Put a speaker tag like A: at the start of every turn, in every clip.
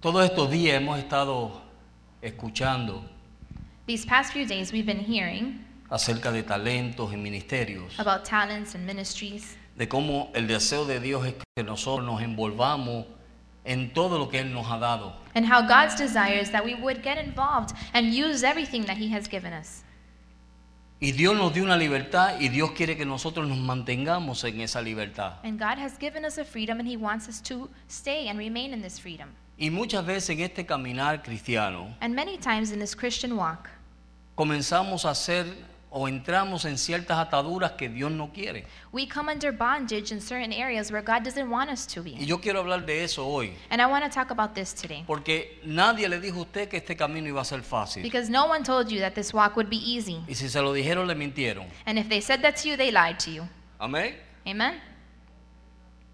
A: Todos estos días hemos estado escuchando
B: These past few days, we've been hearing
A: acerca de talentos y ministerios,
B: about talents and ministries,
A: de cómo el deseo de Dios es que nosotros nos envolvamos en todo lo que Él nos ha dado.
B: and how God's desire is that we would get involved and use everything that He has given us.
A: Y Dios nos dio una libertad y Dios quiere que nosotros nos mantengamos en esa libertad.
B: And God has given us a freedom, and He wants us to stay and remain in this freedom.
A: Y muchas veces en este caminar cristiano
B: And many times in this Christian walk,
A: comenzamos a hacer o entramos en ciertas ataduras que Dios no quiere.
B: we come under bondage in certain areas where God doesn't want us to
A: Y
B: be.
A: yo quiero hablar de eso hoy,
B: And I want to talk about this today
A: porque nadie le dijo a usted que este camino iba a ser fácil.
B: because no one told you that this walk would be easy.
A: Y si se lo dijeron, le mintieron.
B: And if they said that to you, they lied to you.
A: Amén.
B: Amen?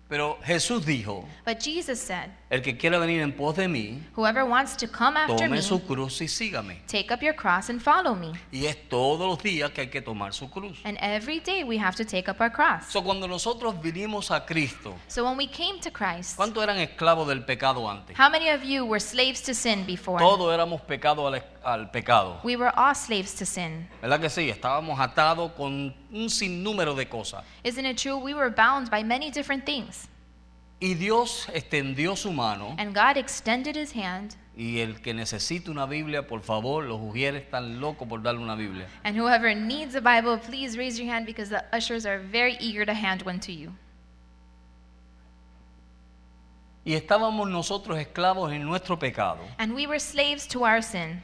A: Pero Jesús dijo,
B: But Jesus said,
A: el que quiera venir en pos de mí,
B: Whoever wants to come after
A: tome
B: me,
A: su cruz y sígame.
B: take up your cross and follow me.
A: Y es todos los días que hay que tomar su cruz.
B: And every day we have to take up our cross.
A: So, cuando nosotros vinimos a Cristo,
B: So when we came to Christ,
A: ¿cuántos eran esclavos del pecado antes?
B: how many of you were slaves to sin before?
A: Todos éramos pecados al, al pecado.
B: We were all slaves to sin.
A: ¿Verdad que sí? Estábamos atados con un sinnúmero de cosas.
B: Isn't it true? We were bound by many different things.
A: Y Dios extendió su mano.
B: And God extended his hand.
A: Y el que necesite una Biblia, por favor, los ujieres están locos por darle una Biblia.
B: And whoever needs a Bible, please raise your hand because the ushers are very eager to hand one to you.
A: Y estábamos nosotros esclavos en nuestro pecado.
B: And we were slaves to our sin.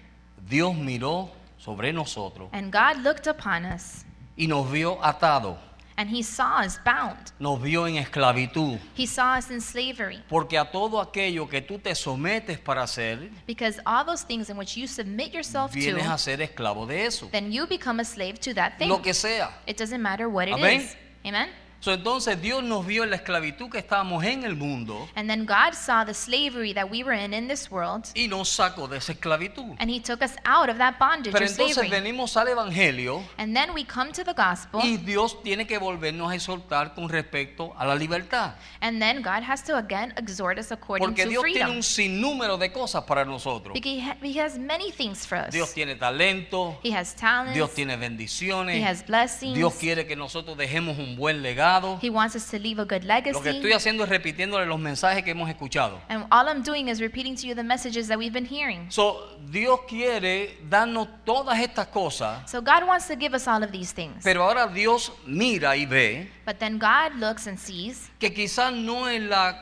A: Dios miró sobre nosotros
B: And God looked upon us,
A: y nos vio atados,
B: and he saw us bound.
A: nos vio en esclavitud.
B: He saw us in slavery.
A: Porque a todo aquello que tú te sometes para hacer,
B: Because all those things in which you submit yourself
A: vienes a
B: to,
A: ser esclavo de eso,
B: then you become a slave to that thing.
A: lo que sea.
B: It doesn't matter what it is.
A: Amén.
B: Amen?
A: So, entonces Dios nos vio en la esclavitud que estábamos en el mundo
B: And then God saw the slavery that we were in in this world,
A: y nos sacó de esa esclavitud.
B: and He took us out of that bondage
A: Pero
B: or
A: entonces
B: slavery.
A: venimos al Evangelio
B: and then we come to the gospel,
A: Y Dios tiene que volvernos a exhortar con respecto a la libertad.
B: and then God has to again exhort us according
A: Porque
B: to
A: Dios
B: freedom.
A: tiene un sinnúmero de cosas para nosotros.
B: Because he, ha- he has many things for us.
A: Dios tiene talento,
B: he has talents.
A: Dios tiene
B: he has
A: bendiciones,
B: blessings.
A: Dios quiere que nosotros dejemos un buen legado.
B: he wants us to leave a good
A: Lo que
B: legacy.
A: estoy haciendo es repitiéndole los mensajes que hemos escuchado.
B: and all I'm doing is repeating to you the messages that we've been hearing.
A: So, Dios quiere darnos todas estas cosas,
B: So God wants to give us all of these things.
A: pero ahora Dios mira y ve
B: but then God looks and sees
A: que quizás no es la,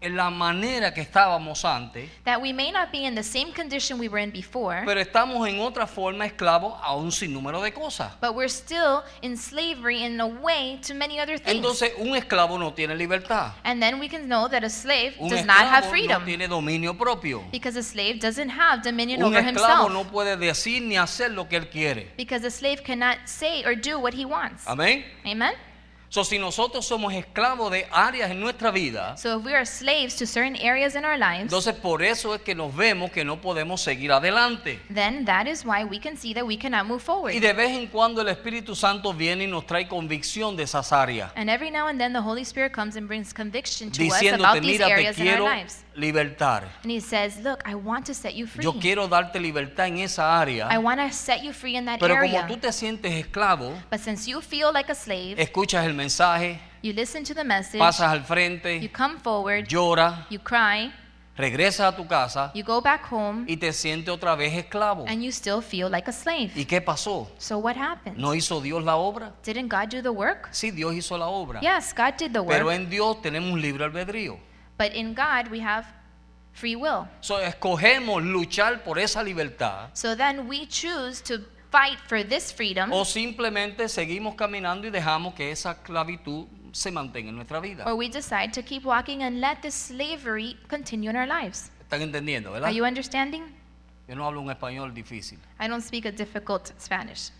A: en la manera que estábamos antes,
B: that we may not be in the same condition we were in before,
A: pero estamos en otra forma esclavos a un sinnúmero de cosas.
B: but we're still in slavery in a way to many other things.
A: Entonces un esclavo no tiene libertad.
B: and then we can know that a slave
A: Un
B: does not have
A: esclavo
B: freedom
A: no tiene dominio propio.
B: because a slave doesn't have dominion
A: Un
B: over
A: esclavo
B: himself
A: no puede decir ni hacer lo que él quiere.
B: because a slave cannot say or do what he wants.
A: Amén.
B: Amen?
A: So, si nosotros somos esclavos de áreas en nuestra vida,
B: So if we are slaves to certain areas in our lives,
A: entonces por eso es que nos vemos que no podemos seguir adelante.
B: then that is why we can see that we cannot move forward.
A: Y de vez en cuando el Espíritu Santo viene y nos trae convicción de esas áreas,
B: and every now and then the Holy Spirit comes and brings conviction to us
A: diciéndote,
B: about these
A: mira, te
B: areas in our
A: quiero
B: lives.
A: libertar.
B: And he says, Look, I want to set you free.
A: Yo quiero darte libertad en esa área.
B: I want to set you free in that
A: Pero
B: area.
A: como tú te Eh, sientes esclavo,
B: But since you feel like a slave,
A: escuchas el mensaje,
B: you listen to the message,
A: pasas al
B: you
A: frente,
B: come forward,
A: lloras,
B: you cry,
A: regresas a tu casa
B: you go back home,
A: y te sientes otra vez esclavo.
B: and you still feel like a slave.
A: ¿Y qué pasó?
B: so what happened?
A: ¿No hizo Dios la obra?
B: Didn't God do the work?
A: Sí, Dios hizo la obra.
B: Yes, God did the work.
A: Pero en Dios tenemos un libre albedrío.
B: but in God, we have free will.
A: So, escogemos luchar por esa libertad
B: So then we choose to fight for this freedom,
A: o simplemente seguimos caminando y dejamos que esa esclavitud se mantenga en nuestra vida.
B: or we decide to keep walking and let this slavery continue in our lives.
A: ¿Están entendiendo, verdad?
B: Are you understanding?
A: Yo no hablo un español difícil.
B: I don't speak a difficult Spanish.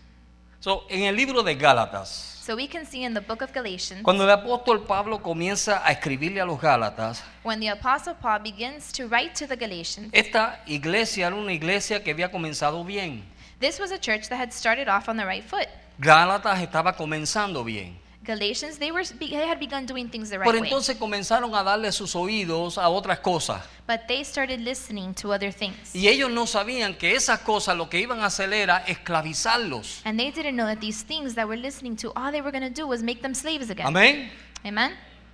A: So, en el libro de Gálatas,
B: So we can see in the book of Galatians,
A: Cuando el apóstol Pablo comienza a escribirle a los Gálatas,
B: when the Apostle Paul begins to write to the Galatians,
A: esta iglesia era una iglesia que había comenzado bien.
B: this was a church that had started off on the right foot.
A: Gálatas estaba comenzando bien.
B: Galatians, they, were, they had begun doing things the right
A: Pero
B: way.
A: entonces comenzaron a darle sus oídos a otras cosas.
B: But they started listening to other things.
A: Y ellos no sabían que esas cosas lo que iban a hacer era esclavizarlos.
B: And they didn't know that these things that we're listening to, all they were going to do was make them slaves again.
A: Amén.
B: Amen?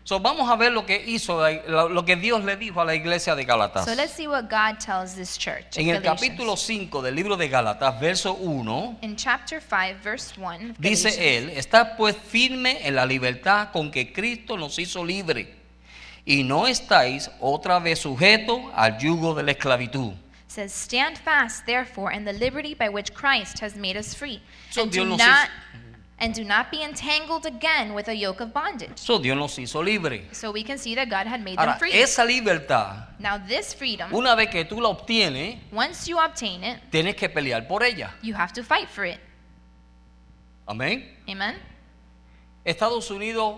A: So, vamos a ver lo que hizo, la- lo lo que Dios le dijo a la iglesia de Galatas.
B: So let's see what God tells this church. of
A: En el
B: Galatians.
A: capítulo 5 del libro de Galatas, verso 1,
B: In chapter 5, verse 1, of Galatians,
A: dice él, está pues firme en la libertad con que Cristo nos hizo libre. Y no estáis otra vez sujetos al yugo de la esclavitud.
B: says, Stand fast, therefore, in the liberty by which Christ has made us free.
A: So
B: and,
A: Dios
B: do
A: nos
B: not,
A: hizo-
B: and do not be entangled again with a yoke of bondage.
A: Eso Dios nos hizo libre.
B: So we can see that God had made
A: Ahora,
B: them free.
A: esa libertad,
B: Now, this freedom,
A: una vez que tú la obtienes,
B: once you obtain it,
A: tienes que pelear por ella.
B: you have to fight for it.
A: Amén.
B: Amen?
A: Estados Unidos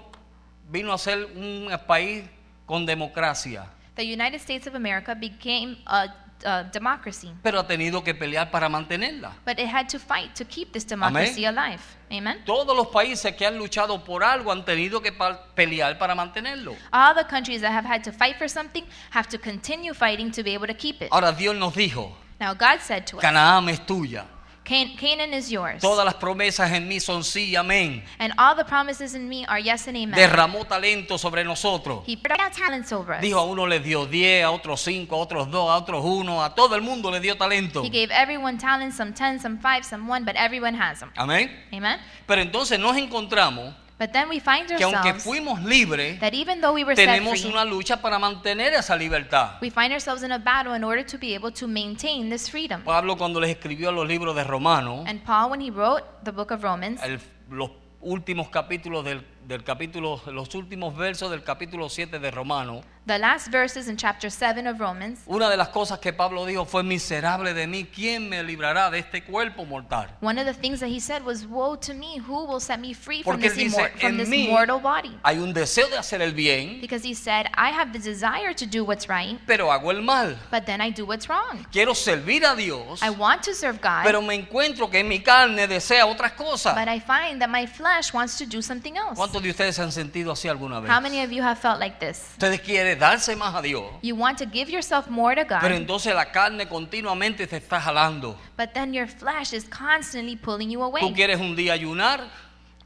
A: vino a ser un país con democracia,
B: The United States of America became a, a democracy,
A: pero ha tenido que pelear para mantenerla.
B: but it had to fight to keep this democracy alive. Amen?
A: Todos los países que han luchado por algo han tenido que pa- pelear para mantenerlo.
B: All the countries that have had to fight for something have to continue fighting to be able to keep it.
A: Ahora Dios nos dijo,
B: Now, God said to us,
A: Canaán es tuya.
B: Can- Canaan is yours.
A: Todas las promesas en mí son sí y amén.
B: And all the promises in me are yes and amen.
A: Derramó talento sobre nosotros.
B: He poured out talents over us.
A: Dijo a uno les dio 10, a otros 5, a otros 2, a otros 1, a todo el mundo le dio talento.
B: He gave everyone talents, some 10, some 5, some 1, but everyone has them.
A: Amén.
B: Amen?
A: Pero entonces nos encontramos
B: But then we find
A: que aunque
B: ourselves
A: fuimos libres,
B: that even though we were set
A: tenemos
B: free,
A: una lucha para mantener esa libertad.
B: we find ourselves in a battle in order to be able to maintain this freedom.
A: Pablo cuando les escribió los libros de Romanos,
B: And Paul, when he wrote the book of Romans,
A: el- los últimos capítulos del, del capítulo, los últimos versos del capítulo 7 de Romanos,
B: the last verses in chapter 7 of Romans,
A: una de las cosas que Pablo dijo fue miserable de mí, ¿quién me librará de este cuerpo mortal?
B: one of the things that he said was, Woe to me, who will set me free from
A: Porque él
B: this,
A: dice,
B: immor- from
A: en
B: this
A: mí
B: mortal body?
A: hay un deseo de hacer el bien,
B: Because he said, I have the desire to do what's right,
A: pero hago el mal.
B: but then I do what's wrong.
A: Quiero servir a Dios,
B: I want to serve God,
A: pero ah. me encuentro que mi carne desea otras cosas.
B: but I find that my flesh wants to do something else.
A: ¿Cuántos de ustedes se han sentido así alguna vez?
B: How many of you have felt like this?
A: Ustedes quieren darse más a Dios,
B: You want to give yourself more to
A: pero
B: God,
A: entonces la carne continuamente te está jalando.
B: but then your flesh is constantly pulling you
A: Tú
B: away.
A: quieres un día ayunar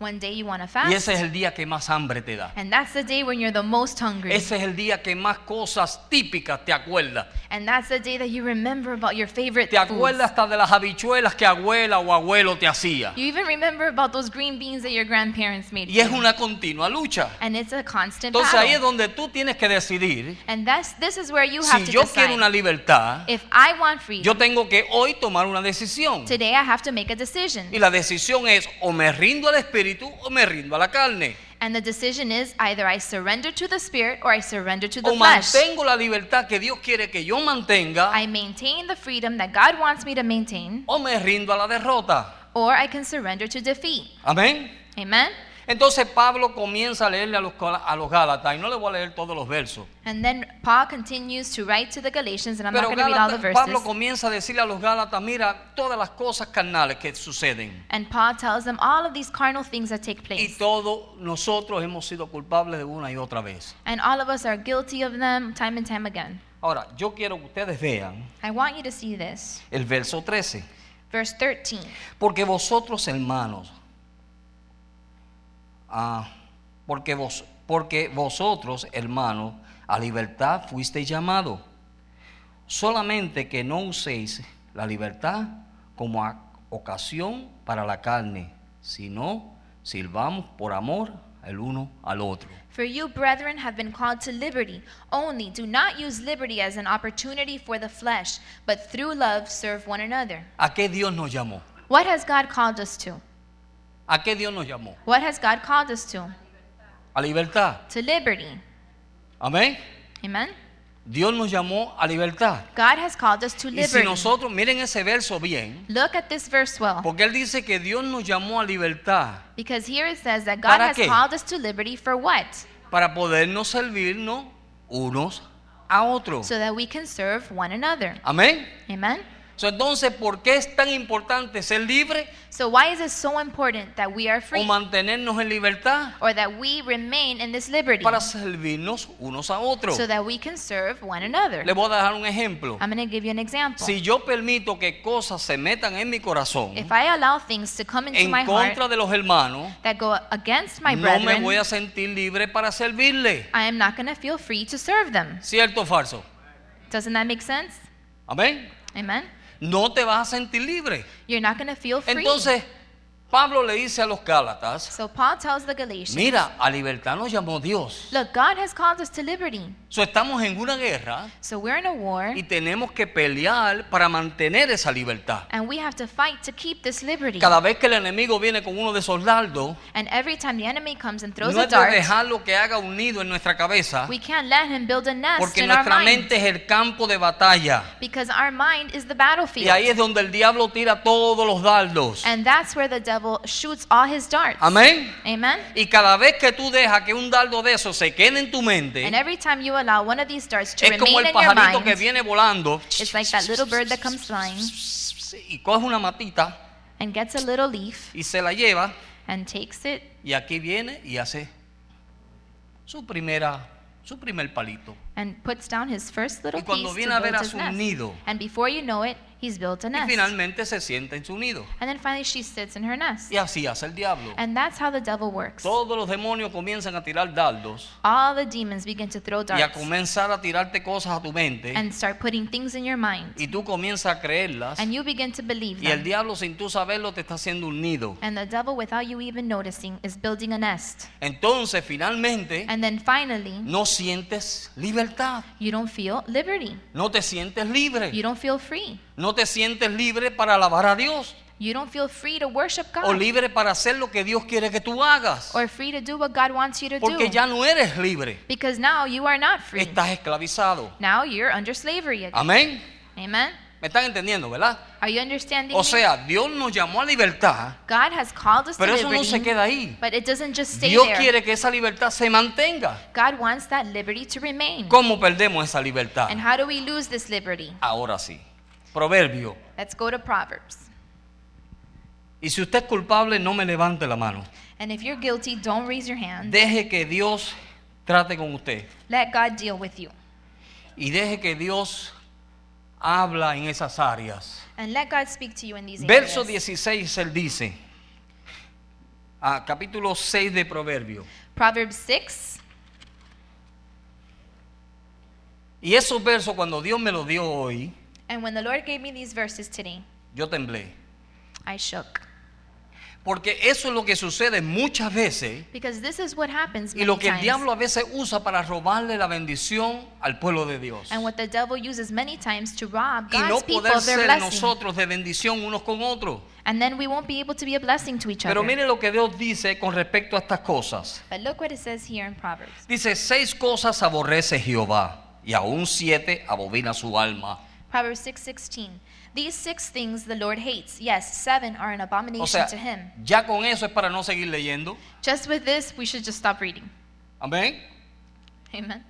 B: One day you want
A: y
B: to fast,
A: ese es el día que más hambre te da.
B: and that's the day when you're the most hungry.
A: Ese es el día que más cosas típicas te acuerdas.
B: And that's the day that you remember about your favorite
A: Te
B: foods.
A: acuerdas hasta de las habichuelas que abuela o abuelo te hacía.
B: You even remember about those green beans that your grandparents made.
A: Y es
B: for you.
A: una continua lucha.
B: and it's a constant
A: Entonces ahí es
B: battle.
A: donde tú tienes que decidir
B: And that's, this is where you have
A: si
B: to
A: yo
B: decide.
A: quiero una libertad,
B: if I want freedom,
A: yo tengo que hoy tomar una decisión.
B: today I have to make a decision.
A: Y la decisión es o me rindo al espíritu o me rindo a la carne.
B: And the decision is either I surrender to the spirit or I surrender to the
A: O
B: flesh.
A: mantengo la libertad que Dios quiere que yo mantenga
B: I maintain the freedom that God wants me to maintain
A: o me rindo a la derrota.
B: or I can surrender to defeat.
A: Amén.
B: Amen?
A: Entonces Pablo comienza a leerle a los, a los Gálatas y no le voy a leer todos los versos.
B: And then Paul continues to write to the Galatians, and I'm
A: Pero
B: not going to read all the
A: Gálatas-
B: verses.
A: Pablo comienza a decirle a los Gálatas, mira todas las cosas carnales que suceden.
B: And Paul tells them all of these carnal things that take
A: Y
B: place.
A: todos nosotros hemos sido culpables de una y otra vez.
B: And all of us are guilty of them time and time again.
A: Ahora, yo quiero que ustedes vean
B: I want you to see this.
A: el verso 13.
B: Verse 13.
A: Porque vosotros, hermanos, ah, porque, vos, porque vosotros, hermanos, a libertad fuisteis llamados. Solamente que no uséis la libertad como a- ocasión para la carne, sino sirvamos por amor el uno al otro.
B: For you, brethren, have been called to liberty. Only do not use liberty as an opportunity for the flesh, but through love serve one another.
A: ¿A qué Dios nos llamó?
B: What has God called us to?
A: ¿A qué Dios nos llamó?
B: What has God called us to?
A: A libertad.
B: To liberty.
A: Amén.
B: Amen?
A: Dios nos llamó a libertad.
B: God has called us to
A: Y si
B: liberty.
A: nosotros, miren ese verso bien,
B: Look at this verse well.
A: Porque él dice que Dios nos llamó a libertad
B: Because here it says that God
A: ¿Para
B: has
A: qué?
B: called us to liberty for what?
A: para podernos servirnos unos a otros.
B: So that we can serve one another.
A: Amén.
B: Amen?
A: So, entonces, ¿por qué es tan importante ser libre
B: So, why is it so important that we are
A: o
B: free
A: mantenernos en libertad
B: or that we remain in this liberty
A: para servirnos unos a otros?
B: so that we can serve one another?
A: Le voy a dar un ejemplo.
B: I'm going to give you an example.
A: Si yo permito que cosas se metan en mi corazón
B: If I allow things to come into
A: en
B: my heart
A: contra de los hermanos,
B: that go against my
A: no me
B: brethren,
A: voy a sentir libre para servirle.
B: I am not going to feel free to serve them.
A: ¿Cierto o falso?
B: Doesn't that make sense?
A: Amén.
B: Amen.
A: No te vas a sentir libre.
B: You're not going to feel free.
A: Entonces, Pablo le dice a los Gálatas,
B: so Paul tells the Galatians,
A: mira, a libertad nos llamó Dios.
B: look, God has called us to liberty.
A: So, estamos en una guerra
B: So we're in a war
A: y tenemos que pelear para mantener esa libertad.
B: and we have to fight to keep this liberty.
A: Cada vez que el enemigo viene con uno de esos dardos,
B: and every time the enemy comes and
A: no es
B: throws
A: de
B: a dart,
A: dejarlo que haga un nido en nuestra cabeza,
B: we can't let him build a nest
A: porque
B: in our
A: nuestra
B: mind
A: mente es el campo de batalla.
B: because our mind is the battlefield.
A: Y ahí es donde el diablo tira todos los dardos.
B: and that's where the devil shoots all his darts.
A: Amén.
B: Amen.
A: Y cada vez que tú dejas que un dardo de esos se quede en tu
B: And
A: mente,
B: every time you allow one of these darts to
A: es como el
B: remain in your
A: pajarito que
B: mind,
A: viene volando
B: it's like that little bird that comes flying
A: y coge una matita
B: and gets a little leaf
A: y se la lleva
B: and takes it
A: y aquí viene y hace su primera su primer palito.
B: and puts down his first little
A: Y cuando
B: piece
A: viene
B: to
A: a ver
B: build
A: a
B: his
A: su
B: nest.
A: nido.
B: And before you know it, he's built a
A: Y
B: nest.
A: finalmente se sienta en su nido.
B: And then finally she sits in her nest.
A: Y así hace el diablo.
B: And that's how the devil works.
A: Todos los demonios comienzan a tirar dardos
B: All the demons begin to throw
A: y a
B: darts
A: comenzar a tirarte cosas a tu mente
B: and start putting things in your mind.
A: y tú comienzas a creerlas
B: And you begin to believe
A: y el
B: them.
A: diablo sin tú saberlo te está haciendo un nido.
B: And the devil, without you even noticing, is building a nest.
A: Entonces finalmente
B: And then finally,
A: no sientes libertad,
B: you don't feel liberty.
A: no te sientes
B: You
A: libre,
B: don't feel free.
A: no te sientes libre para alabar a Dios
B: You don't feel free to worship
A: o
B: God
A: libre para hacer lo que Dios quiere que tú hagas
B: or free to do what God wants you to
A: porque
B: do.
A: ya no eres libre,
B: Because now you are not free.
A: estás esclavizado.
B: Now you're under slavery again.
A: Amén.
B: Amen?
A: ¿Me están entendiendo, verdad?
B: Are you understanding?
A: O
B: me?
A: sea, Dios nos llamó a libertad,
B: God has called us
A: pero
B: to
A: eso no se
B: liberty,
A: queda ahí.
B: but it doesn't just stay
A: Dios
B: there.
A: quiere que esa libertad se mantenga.
B: God wants that liberty to remain.
A: ¿Cómo perdemos esa libertad?
B: And how do we lose this liberty?
A: Ahora sí. Proverbio.
B: Let's go to Proverbs.
A: Y si usted es culpable, no me levante la mano.
B: And if you're guilty, don't raise your hand.
A: Deje que Dios trate con usted.
B: Let God deal with you.
A: Y deje que Dios habla en esas áreas.
B: And let God speak to you in these
A: Verso
B: areas.
A: 16, él dice. Ah, capítulo 6 de Proverbio.
B: Proverbs 6.
A: Y esos versos, cuando Dios me los dio hoy,
B: And when the Lord gave me these verses today,
A: yo temblé.
B: I shook.
A: Porque eso es lo que sucede muchas veces
B: Because this is what happens
A: y
B: many
A: lo que el
B: times.
A: diablo a veces usa para robarle la bendición al pueblo de Dios.
B: and what the devil uses many times to rob
A: Y
B: God's
A: no
B: people
A: poder
B: of their
A: ser
B: blessing.
A: nosotros de bendición unos con otros.
B: And then we won't be able to be a blessing to each
A: Pero
B: other.
A: mire lo que Dios dice con respecto a estas cosas.
B: But look what it says here in Proverbs.
A: Dice, seis cosas aborrece Jehová y aún siete abomina su alma.
B: Proverbs 6:16. These six things the Lord hates. Yes, seven are an abomination
A: O sea,
B: to him.
A: ya con eso es para no seguir leyendo.
B: Just with this, we should just stop reading.
A: Amén.
B: Amen.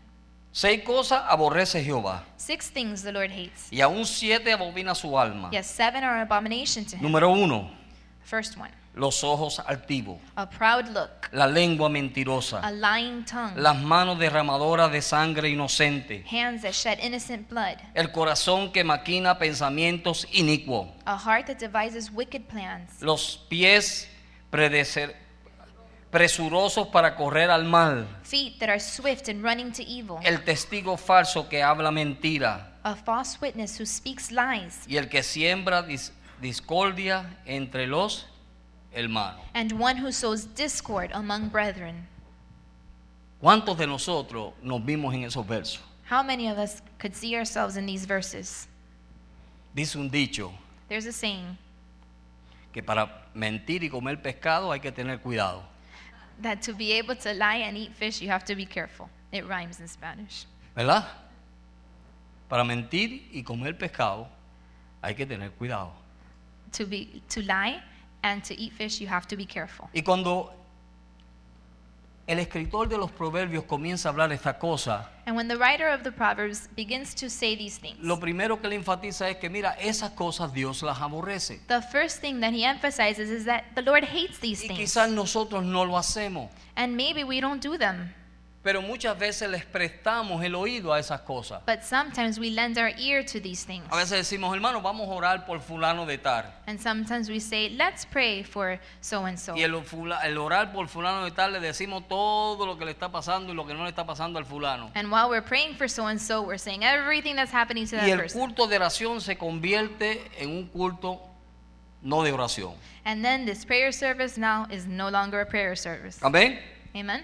A: Seis cosas aborrece Jehová
B: Six things the Lord hates.
A: y aún siete abomina su alma.
B: Yes, seven are an abomination to him.
A: Número uno,
B: First one,
A: los ojos altivos,
B: a proud look,
A: la lengua
B: a
A: mentirosa,
B: lying tongue,
A: las manos derramadoras de sangre inocente,
B: hands that shed innocent blood,
A: el corazón que maquina pensamientos inicuos.
B: a heart that devises wicked plans,
A: los pies predecer- presurosos para correr al mal,
B: feet that are swift in running to evil,
A: el testigo falso que habla mentira
B: a false witness who speaks lies,
A: y el que siembra dis- discordia entre los hermanos.
B: and one who sows discord among brethren.
A: ¿Cuántos de nosotros nos vimos en esos versos?
B: How many of us could see ourselves in these verses?
A: Dice un dicho
B: There's a saying
A: que para mentir y comer pescado hay que tener cuidado.
B: that to be able to lie and eat fish, you have to be careful. It rhymes in Spanish.
A: ¿Verdad? Para mentir y comer pescado hay que tener cuidado.
B: To be to lie and to eat fish, you have to be careful.
A: Y cuando el escritor de los proverbios comienza a hablar esta cosa,
B: And when the writer of the Proverbs begins to say these things,
A: lo primero que le enfatiza es que, mira, esas cosas Dios las aborrece.
B: the first thing that he emphasizes is that the Lord hates these
A: Y
B: things.
A: quizás nosotros no lo hacemos,
B: And maybe we don't do them,
A: pero muchas veces les prestamos el oído a esas cosas.
B: but sometimes we lend our ear to these things.
A: A veces decimos, hermano, vamos a orar por fulano de tal.
B: And sometimes we say, let's pray for so and so.
A: Y el, fula- el orar por fulano de tal le decimos todo lo que le está pasando y lo que no le está pasando al fulano.
B: And while we're praying for so and so, we're saying everything that's happening to that
A: Y el
B: person.
A: culto de oración se convierte en un culto no de oración.
B: And then this prayer service now is no longer a prayer service.
A: Amén.
B: Amen?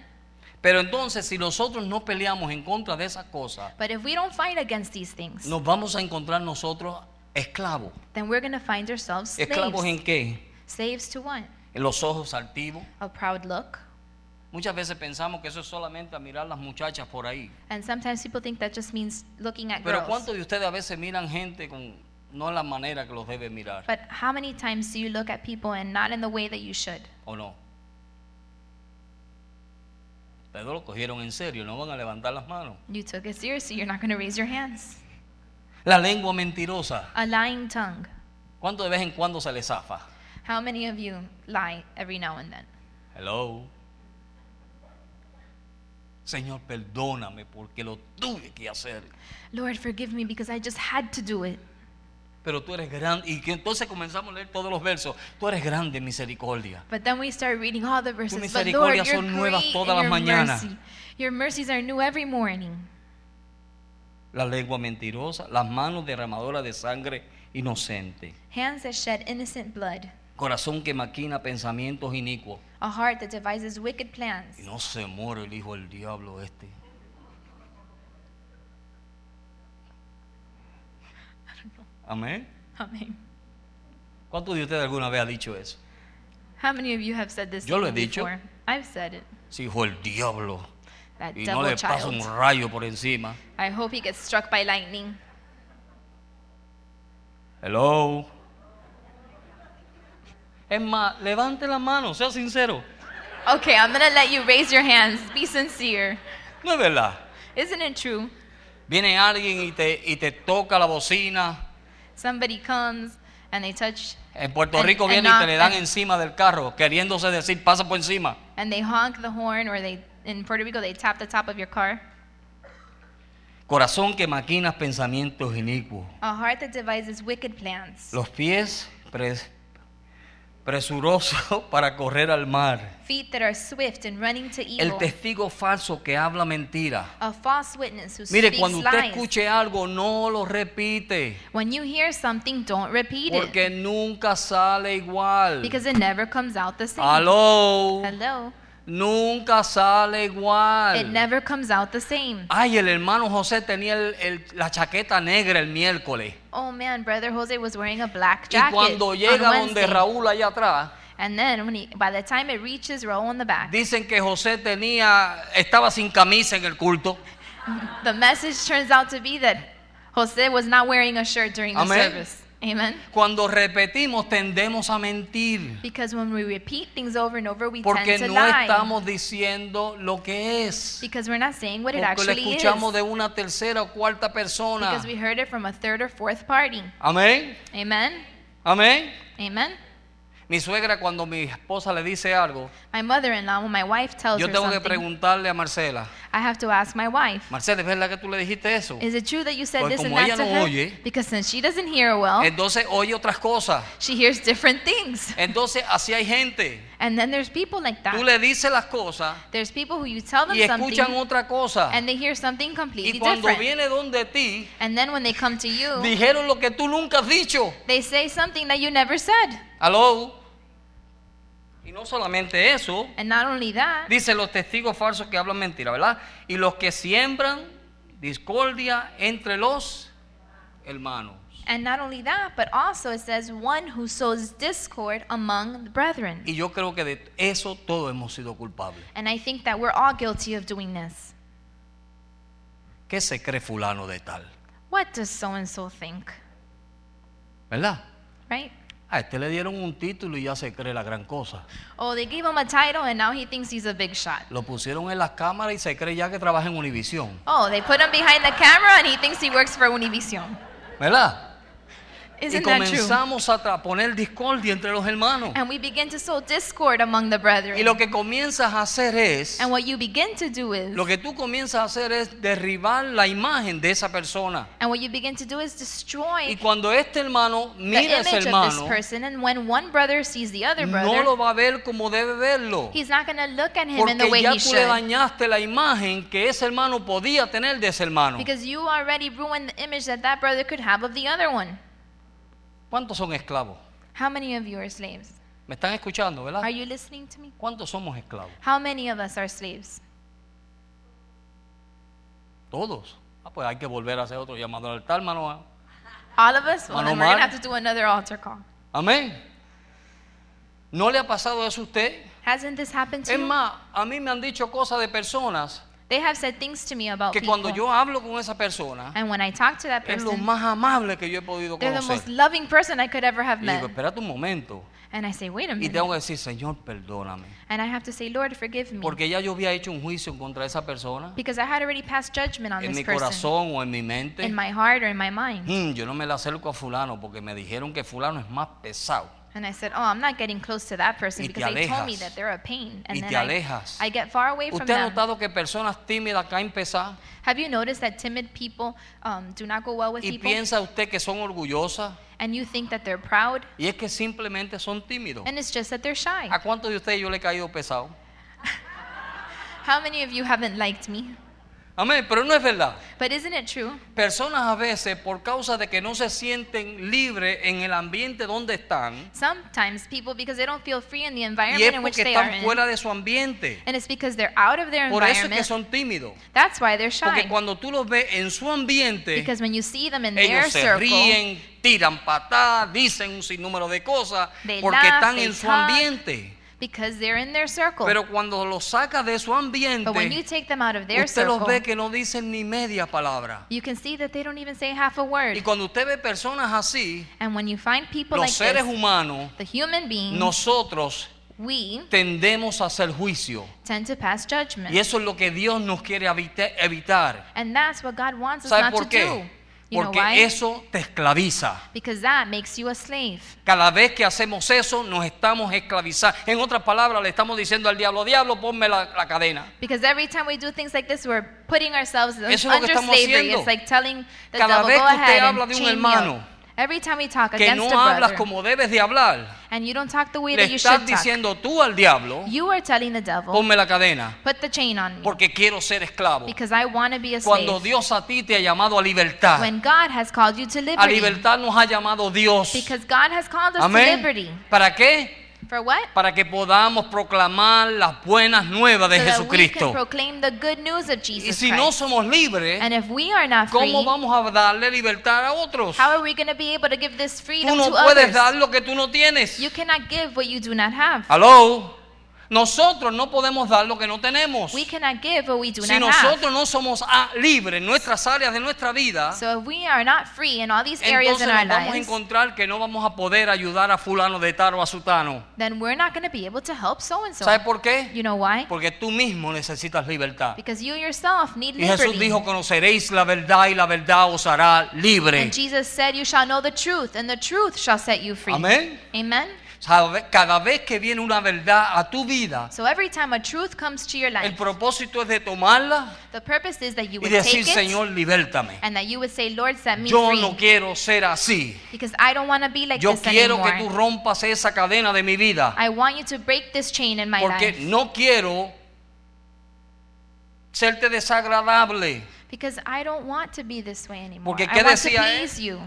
A: Pero entonces si nosotros no peleamos en contra de esas cosas,
B: But if we don't fight against these things,
A: nos vamos a encontrar nosotros esclavos.
B: then we're going to find ourselves
A: ¿Esclavos
B: slaves.
A: en qué?
B: Slaves to what?
A: En los ojos altivos.
B: A proud look.
A: Muchas veces pensamos que eso es solamente a mirar las muchachas por ahí.
B: And sometimes people think that just means looking at
A: Pero
B: girls.
A: ¿cuántos de ustedes a veces miran gente con no la manera que los debe mirar?
B: But how many times do you look at people and not in the way that you should?
A: ¿O no? Pero lo cogieron en serio, no van a levantar las manos.
B: You took it seriously, you're not going to raise your hands.
A: La lengua mentirosa.
B: A lying tongue.
A: ¿Cuánto de vez en cuando se le zafa?
B: How many of you lie every now and then?
A: Hello. Señor, perdóname porque lo tuve que hacer.
B: Lord, forgive me because I just had to do it.
A: Pero tú eres grande. Y que entonces comenzamos a leer todos los versos. Tú eres grande en misericordia.
B: But then we start reading all the verses. But Lord,
A: misericordias
B: you're
A: son nuevas
B: great
A: todas
B: and
A: las
B: your
A: mañanas."
B: mercy. Your mercies are new every morning.
A: La lengua mentirosa. Las manos derramadoras de sangre inocente.
B: Hands that shed innocent blood.
A: Corazón que maquina pensamientos inicuos.
B: A heart that devises wicked
A: Y
B: plans.
A: no se muere el hijo del diablo este. Amén.
B: Amen.
A: ¿Cuántos de ustedes alguna vez ha dicho eso?
B: How many of you have said this
A: Yo lo he
B: thing
A: dicho.
B: before? I've said it.
A: Sí, hijo del diablo.
B: That
A: Y no
B: devil
A: le pasa
B: child.
A: un rayo por encima.
B: I hope he gets struck by lightning.
A: Hello. Es más, levante la mano, sea sincero.
B: Okay, I'm gonna let you raise your hands. Be sincere.
A: No es verdad.
B: Isn't it true?
A: Viene alguien y te, y te toca la bocina.
B: Somebody comes and they touch
A: En Puerto
B: And-
A: Rico
B: and
A: viene y te
B: knock-
A: le dan
B: and-
A: encima del carro, queriéndose decir, pasa por encima.
B: and they honk the horn, or they in Puerto Rico they tap the top of your car.
A: Corazón que maquinas pensamientos inicuos.
B: A heart that devises wicked plans.
A: Los pies pres- presurosos para correr al mar.
B: Feet that are swift in running to
A: El
B: evil.
A: testigo falso que habla mentira.
B: A false witness who
A: Mire,
B: speaks
A: cuando usted
B: lies.
A: escuche algo, no lo repite.
B: When you hear something, don't repeat it
A: Porque nunca sale igual.
B: because it never comes out the same.
A: Aló.
B: Hello.
A: Nunca sale
B: It
A: igual.
B: never comes out the same.
A: Ay, el hermano José tenía el- el- la chaqueta negra el miércoles.
B: Oh man, brother Jose was wearing a black
A: Y
B: jacket
A: cuando
B: on
A: llega donde
B: Wednesday.
A: Raúl allá atrás,
B: And then when he, by the time it reaches Raul in the back,
A: dicen que José tenía, estaba sin camisa en el culto.
B: the message turns out to be that Jose was not wearing a shirt during the
A: Amén.
B: service. Amen.
A: Cuando repetimos tendemos a mentir
B: Because when we repeat things over and over, we
A: porque
B: tend to
A: no
B: lie.
A: estamos diciendo lo que es.
B: Because we're not saying what it
A: Porque lo
B: actually is.
A: escuchamos de una tercera o cuarta persona.
B: Because we heard it from a third or fourth party.
A: Amén.
B: Amen.
A: Amén.
B: Amen.
A: Mi suegra cuando mi esposa le dice algo,
B: My mother-in-law, when my wife tells
A: yo
B: her
A: tengo que
B: something,
A: preguntarle a Marcela.
B: I have to ask my wife,
A: Marcela, ¿es verdad que tú le dijiste eso?
B: is it true that you said
A: Porque
B: this and
A: como
B: that
A: ella
B: to
A: no
B: her?
A: oye, eh,
B: because since she doesn't hear well,
A: Entonces oye otras cosas.
B: she hears different things.
A: Entonces así hay gente.
B: And then there's people like that.
A: Tú le dices las cosas
B: There's people who you tell them
A: y escuchan
B: something
A: otra cosa.
B: and they hear something
A: Y
B: completely
A: cuando
B: different.
A: viene donde ti,
B: And then when they come to you,
A: dijeron lo que tú nunca has dicho.
B: they say something that you never said.
A: Aló. Y no solamente eso,
B: And not only that,
A: dice los testigos falsos que hablan mentira, ¿verdad? Y los que siembran discordia entre los hermanos.
B: and not only that, but also it says one who sows discord among the brethren.
A: Y yo creo que de eso todos hemos sido culpables.
B: And I think that we're all guilty of doing this.
A: ¿Qué se cree fulano de tal?
B: What does so and so think?
A: ¿Verdad?
B: Right?
A: A este le dieron un título y ya se cree la gran cosa.
B: Oh, they gave him a title and now he thinks he's a big shot.
A: Lo pusieron en las cámaras y se cree ya que trabaja en Univisión.
B: Oh, they put him behind the camera and he thinks he works for Univision.
A: ¿Verdad?
B: Isn't
A: y
B: that true?
A: comenzamos a tra- poner discordia entre los hermanos.
B: And we begin to sow discord among the
A: Y
B: brethren.
A: lo que comienzas a hacer es,
B: And what you begin to do is,
A: lo que tú comienzas a hacer es derribar la imagen de esa persona.
B: and what you begin to do is
A: Y
B: destroy
A: cuando este hermano
B: the
A: mira a ese
B: image of this
A: hermano,
B: person. And when one brother sees the other
A: no
B: brother,
A: lo va a ver como debe verlo.
B: he's not going to look at him in the
A: Porque
B: way
A: ya
B: he
A: tú le
B: should.
A: dañaste la imagen que ese hermano podía tener de ese hermano.
B: Because you already ruined the image that that brother could have of the other one.
A: ¿Cuántos son esclavos?
B: How many of you are slaves?
A: ¿Me están escuchando, verdad?
B: Are you listening to me?
A: ¿Cuántos somos esclavos?
B: How many of us are slaves?
A: Todos. Ah, pues hay que volver a hacer otro llamado al altar, hermano. ah.
B: All of us? Well, then we're going
A: Manomar.
B: to have to do another altar call.
A: Amén. ¿No le ha pasado eso a usted?
B: Hasn't this happened to
A: Es
B: you?
A: más, a mí me han dicho cosas de personas
B: They have said things to me about
A: que cuando
B: people.
A: yo hablo con esa persona
B: and when I talk to that
A: es lo
B: person,
A: más amable que yo he podido
B: they're the most
A: conocer.
B: loving person I could ever have
A: Y digo,
B: met.
A: espérate un momento.
B: And I say, wait a
A: Y
B: minute.
A: tengo que decir, Señor, perdóname.
B: And I have to say, Lord, forgive me.
A: Porque ya yo había hecho un juicio contra esa persona
B: Because I had already passed judgment on
A: en
B: this
A: mi
B: person
A: corazón o en mi mente.
B: in my heart or in my mind.
A: Mm, yo no me la acerco a fulano porque me dijeron que fulano es más pesado.
B: And I said, oh, I'm not getting close to that person
A: Y te
B: because they told me
A: alejas.
B: that they're a pain. And
A: Y
B: then
A: te
B: I,
A: alejas.
B: I get far away from
A: ¿Usted ha
B: them.
A: notado que personas tímidas caen pesadas
B: Have you noticed that timid people um, do not go well with
A: y
B: people?
A: piensa usted que son orgullosas?
B: And you think that they're proud?
A: Y es que simplemente son tímidos.
B: And it's just that they're shy.
A: ¿A cuántos de ustedes yo le he caído pesado?
B: How many of you haven't liked me?
A: Amén, pero no es verdad.
B: But isn't it true?
A: Personas a veces, por causa de que no se sienten libres en el ambiente donde están,
B: Sometimes people, because they don't feel free in the
A: y
B: environment
A: es
B: in which
A: porque
B: they are
A: están
B: in,
A: fuera de su ambiente.
B: and it's because they're out of their
A: Por eso es
B: environment,
A: que son tímidos.
B: that's why they're
A: Porque
B: shy.
A: cuando tú los ves en su ambiente,
B: Because when you see them in their
A: Ellos se
B: circle,
A: ríen, tiran patadas, dicen un sinnúmero de cosas
B: They
A: porque
B: laugh,
A: están
B: they
A: en su
B: talk.
A: ambiente.
B: because they're in their circle.
A: Pero cuando los sacas de su ambiente,
B: but when you take them out of their
A: usted los
B: circle,
A: ve que no dicen ni media palabra.
B: you can see that they don't even say half a
A: Y
B: word.
A: cuando usted ve personas así,
B: And when you find people
A: los
B: like
A: seres
B: this, Mm-hmm.
A: humanos,
B: the human beings,
A: nosotros
B: we
A: tendemos a hacer juicio.
B: tend to pass judgment.
A: Y eso es lo que Dios nos quiere evite- evitar.
B: And that's what God wants us
A: ¿Sabe
B: not
A: por
B: to do.
A: qué?
B: You know
A: Porque
B: why?
A: eso te esclaviza.
B: Because that makes you a slave.
A: Cada vez que hacemos eso, nos estamos esclavizando. En otras palabras, le estamos diciendo al diablo, diablo, ponme la, la cadena.
B: Because every time we do things like this, we're putting ourselves
A: Eso es lo que
B: under
A: estamos
B: slavery.
A: haciendo.
B: It's like telling the
A: Cada
B: devil,
A: vez
B: go
A: que usted
B: ahead
A: habla
B: and
A: de un
B: chain me
A: hermano
B: up." Every time we talk
A: Que
B: against
A: no
B: a
A: hablas
B: brother,
A: como debes de hablar.
B: and you don't talk the way
A: Le
B: that you should
A: estás
B: talk,
A: diciendo tú al diablo,
B: you are telling the devil,
A: ponme la cadena,
B: put the chain on me,
A: porque quiero ser esclavo.
B: because I want to be a
A: Cuando
B: slave.
A: Dios a ti te ha llamado a libertad,
B: when God has called you to
A: a
B: liberty,
A: libertad nos ha llamado Dios.
B: because God has called us to liberty.
A: Amén. ¿Para qué?
B: For what?
A: Para que podamos proclamar las buenas nuevas de
B: so that we can
A: Jesucristo.
B: proclaim the good news of
A: Y
B: Jesus
A: si no
B: Christ.
A: somos libres,
B: and if we are not free,
A: ¿cómo vamos a darle libertad a otros?
B: How are we going to be able to give this
A: Tú
B: freedom
A: no
B: to
A: puedes
B: others?
A: dar lo que tú no tienes.
B: You cannot give what you do not have.
A: Aló. Nosotros no podemos dar lo que no tenemos.
B: We cannot give what we do
A: Si
B: not have.
A: nosotros no somos ah, libres en nuestras áreas de nuestra vida,
B: So if we are not free in all these areas
A: entonces
B: in our
A: nos vamos a
B: lives,
A: encontrar que no vamos a poder ayudar a fulano de tal o a sutano.
B: then we're not going to be able to help so and so.
A: ¿Sabes por qué?
B: You know why?
A: Porque tú mismo necesitas libertad.
B: Because you yourself need
A: Y Jesús
B: liberty.
A: dijo, conoceréis la verdad y la verdad os hará libre.
B: And Jesus said, You shall know the truth, and the truth shall set you free.
A: Amén.
B: Amen.
A: Sabe- Cada vez que viene una verdad a tu vida,
B: So every time a truth comes to your
A: el
B: life,
A: propósito es de tomarla
B: the purpose is that
A: y
B: you would
A: decir,
B: take it
A: Señor, libértame.
B: and that you would say, Lord, set me
A: Yo no
B: free.
A: quiero ser así.
B: Because I don't want to be like
A: Yo
B: this
A: quiero que tú
B: anymore.
A: rompas esa cadena de mi vida.
B: I want you to break this chain in my
A: Porque
B: life.
A: no quiero serte desagradable.
B: Because I don't want to be this way anymore.
A: Porque
B: I
A: ¿qué
B: want to
A: decía él?
B: please you.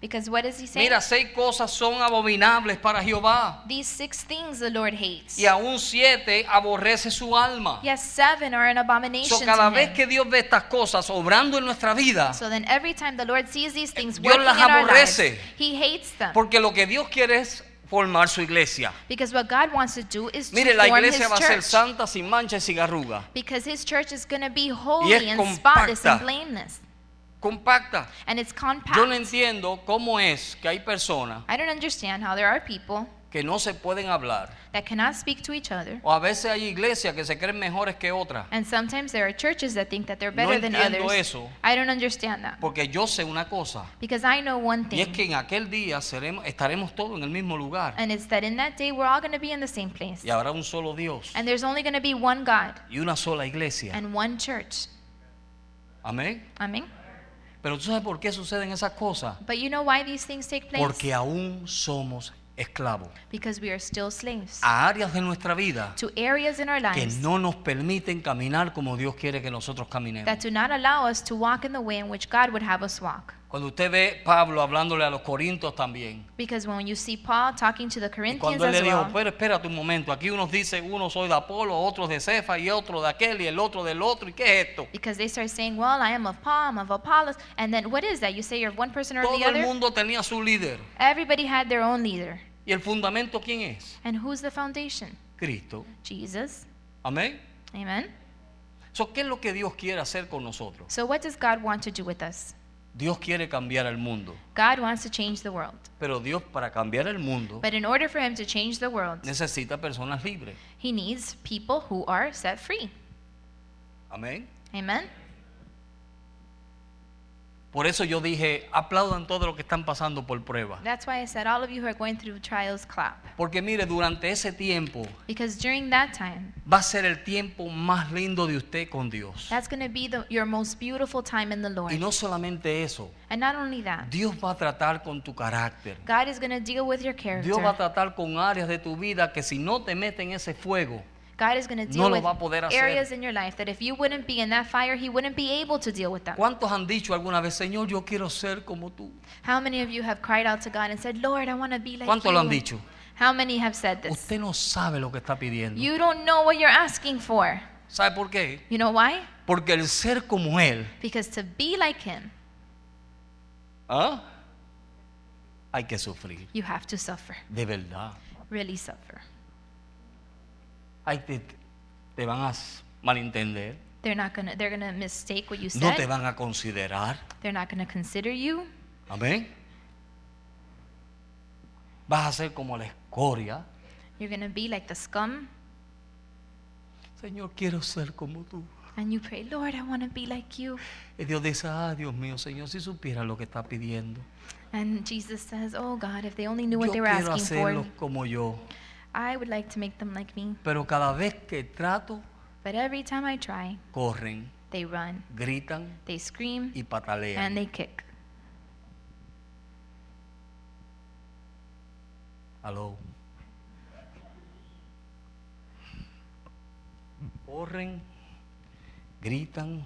B: Because what does he say?
A: Mira, seis cosas son abominables para Jehová.
B: These six things the Lord hates.
A: Y aún siete aborrece su alma.
B: Yes, seven are an abomination
A: So, cada
B: to
A: vez
B: him.
A: que Dios ve estas cosas obrando en nuestra vida,
B: So then every time the Lord sees these things
A: Dios
B: working in
A: las
B: our lives,
A: aborrece.
B: he hates them.
A: porque lo que Dios quiere es formar su iglesia.
B: Because what God wants to do is to
A: Mire, la
B: form
A: iglesia
B: his
A: va a ser
B: church.
A: santa, sin mancha y sin arruga.
B: because his church is going to be holy and
A: compacta.
B: spotless and blameless.
A: compacta.
B: and it's compact.
A: Yo no entiendo cómo es que hay personas
B: I don't understand how there are people
A: que no se pueden hablar.
B: that cannot speak to each other.
A: O a veces hay iglesias que se creen mejores que otras.
B: And sometimes there are churches that think that they're
A: No
B: better than
A: entiendo
B: others.
A: eso.
B: I don't understand that.
A: Porque yo sé una cosa.
B: Because I know one
A: Y es
B: thing,
A: que en aquel día seremos- estaremos todos en el mismo lugar.
B: and it's that in that day we're all going to be in the same place.
A: Y habrá un solo Dios
B: And there's only going to be one God
A: y una sola iglesia.
B: and one church.
A: Amén.
B: Amén.
A: Pero tú sabes por qué suceden esas cosas.
B: But you know why these things take place?
A: Porque aún somos esclavos
B: because we are still slaves
A: a áreas de nuestra vida
B: to areas in our
A: Ah. que
B: lives
A: no nos permiten caminar como Dios quiere que nosotros caminemos.
B: that do not allow us to walk in the way in which God would have us walk.
A: Cuando usted ve Pablo hablándole a los corintios también,
B: Because when you see Paul talking to the
A: y
B: Corinthians
A: cuando él le
B: as
A: dijo,
B: well,
A: pero espérate un momento, aquí unos dicen, uno soy de Apolo, otros de Cefa y otro de aquel y el otro del otro, ¿y qué es esto?
B: because they start saying, Well, I am of Paul, I'm of Apollos. And then what is that? You say you're of one person or the
A: Todo el
B: other?
A: mundo tenía su líder.
B: Everybody had their own leader.
A: ¿Y el fundamento quién es?
B: And who's the foundation?
A: Cristo.
B: Jesus.
A: Amén.
B: Amen.
A: So, ¿Qué es lo que Dios quiere hacer con nosotros?
B: So, what does God want to do with us?
A: Dios quiere cambiar el mundo.
B: God wants to change the world.
A: Pero Dios para cambiar el mundo
B: But in order for Him to change the world,
A: necesita personas libres.
B: He needs people who are set free.
A: Amén.
B: Amen.
A: Por eso yo dije, aplaudan todo lo que están pasando por prueba.
B: That's why I said, All of you who are going through trials, clap.
A: Porque mire, durante ese tiempo
B: Because during that time,
A: va a ser el tiempo más lindo de usted con Dios.
B: that's going to be the, your most beautiful time in the Lord.
A: Y no solamente eso,
B: And not only that,
A: Dios va a tratar con tu carácter.
B: God is going to deal with your character.
A: Dios va a tratar con áreas de tu vida que si no te meten ese fuego,
B: God is going to
A: No
B: deal
A: lo va a poder
B: with
A: hacer.
B: areas in your life that if you wouldn't be in that fire, He wouldn't be able to deal with them.
A: ¿cuántos han dicho alguna vez, Señor, yo quiero ser como tú?
B: How many of you have cried out to God and said, Lord, I want to be like
A: ¿Cuántos
B: you?
A: lo han dicho?
B: How many have said this?
A: Usted no sabe lo que está pidiendo.
B: You don't know what you're asking for.
A: ¿Sabe por qué?
B: You know why?
A: Porque el ser como Él
B: Because to be like Him,
A: ¿Ah? Hay que sufrir,
B: you have to suffer.
A: de verdad.
B: Really suffer.
A: Hay te, te van a s- malentender,
B: They're not gonna they're gonna mistake what you said.
A: no te van a considerar.
B: They're not gonna consider you.
A: Amén. Vas a ser como la escoria.
B: You're gonna be like the scum.
A: Señor, quiero ser como tú.
B: And you pray, Lord, I wanna be like you.
A: Y Dios dice, ah, Dios mío, Señor, si supiera lo que está pidiendo.
B: And Jesus says, Oh God, if they only knew
A: Yo
B: what they were
A: quiero
B: asking
A: hacerlos
B: for,
A: como yo.
B: I would like to make them like me.
A: Pero cada vez que trato,
B: But every time I try,
A: corren,
B: they run,
A: gritan
B: they scream,
A: y patalean.
B: and they kick.
A: Aló. Corren, gritan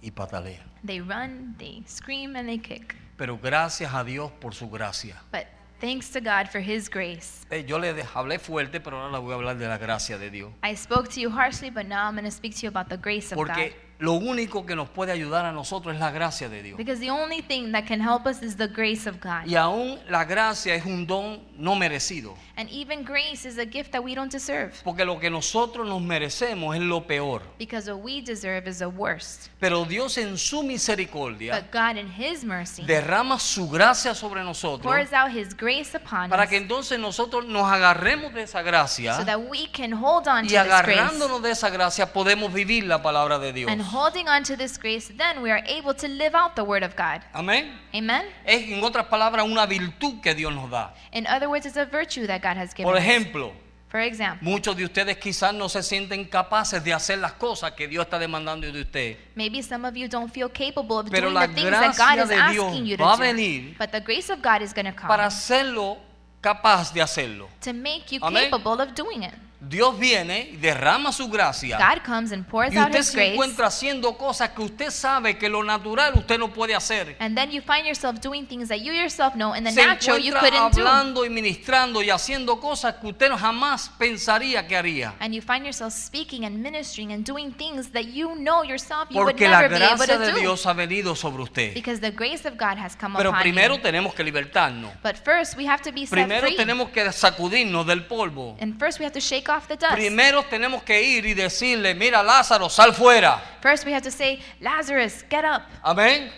A: y patalean.
B: They run, they scream, and they kick.
A: Pero gracias a Dios por su gracia.
B: But thanks to God for His grace.
A: Eh, yo le de- hablé fuerte, pero ahora le voy a hablar de la gracia de Dios.
B: I spoke to you harshly, but now I'm going to speak to you about the grace of God.
A: Porque lo único que nos puede ayudar a nosotros es la gracia de Dios.
B: Because the only thing that can help us is the grace of God.
A: Y aún la gracia es un don no merecido.
B: And even grace is a gift that we don't deserve.
A: Porque lo que nosotros nos merecemos es lo peor.
B: Because what we deserve is the worst.
A: Pero Dios en su misericordia
B: But God, in His mercy,
A: derrama su gracia sobre nosotros
B: pours out His grace upon
A: para
B: us
A: que entonces nosotros nos agarremos de esa
B: so
A: gracia
B: that we can hold on
A: y
B: to this grace.
A: agarrándonos de esa gracia podemos vivir la palabra de Dios.
B: And holding on to this grace, then we are able to live out the Word of God.
A: Amén.
B: Amen?
A: Es en otras palabras una virtud que Dios nos da.
B: In other words, it's a virtue that God has given
A: Por
B: us.
A: ejemplo,
B: For example,
A: muchos de ustedes quizás no se sienten capaces de hacer las cosas que Dios está demandando de usted.
B: maybe some of you don't feel capable of
A: Pero
B: doing
A: la
B: the things that God
A: gracia
B: is
A: de Dios
B: asking you
A: va a
B: to do.
A: venir
B: But the grace of God is going to come
A: Para hacerlo capaz de hacerlo.
B: to make you
A: Amén.
B: capable of doing it.
A: Dios viene y derrama su gracia.
B: God comes and pours
A: Y
B: out
A: usted
B: His
A: se
B: grace,
A: encuentra haciendo cosas que usted sabe que lo natural usted no puede hacer.
B: and then you find yourself doing things that you yourself know in the
A: se
B: natural you
A: encuentra
B: couldn't do.
A: hablando y ministrando y haciendo cosas que usted jamás pensaría que haría.
B: And you find yourself speaking and ministering and doing things that you know yourself you would
A: Porque la
B: never be able
A: gracia
B: to
A: de
B: do.
A: Dios ha venido sobre usted.
B: Because the grace of God has come
A: Pero
B: upon
A: primero
B: you.
A: tenemos que libertarnos.
B: But first, we have to be set
A: Primero
B: free.
A: tenemos que sacudirnos del polvo.
B: And first, we have to shake off the dust.
A: Primero tenemos que ir y decirle, mira Lázaro, sal fuera.
B: First, we have to say, Lazarus, get up.
A: Amén.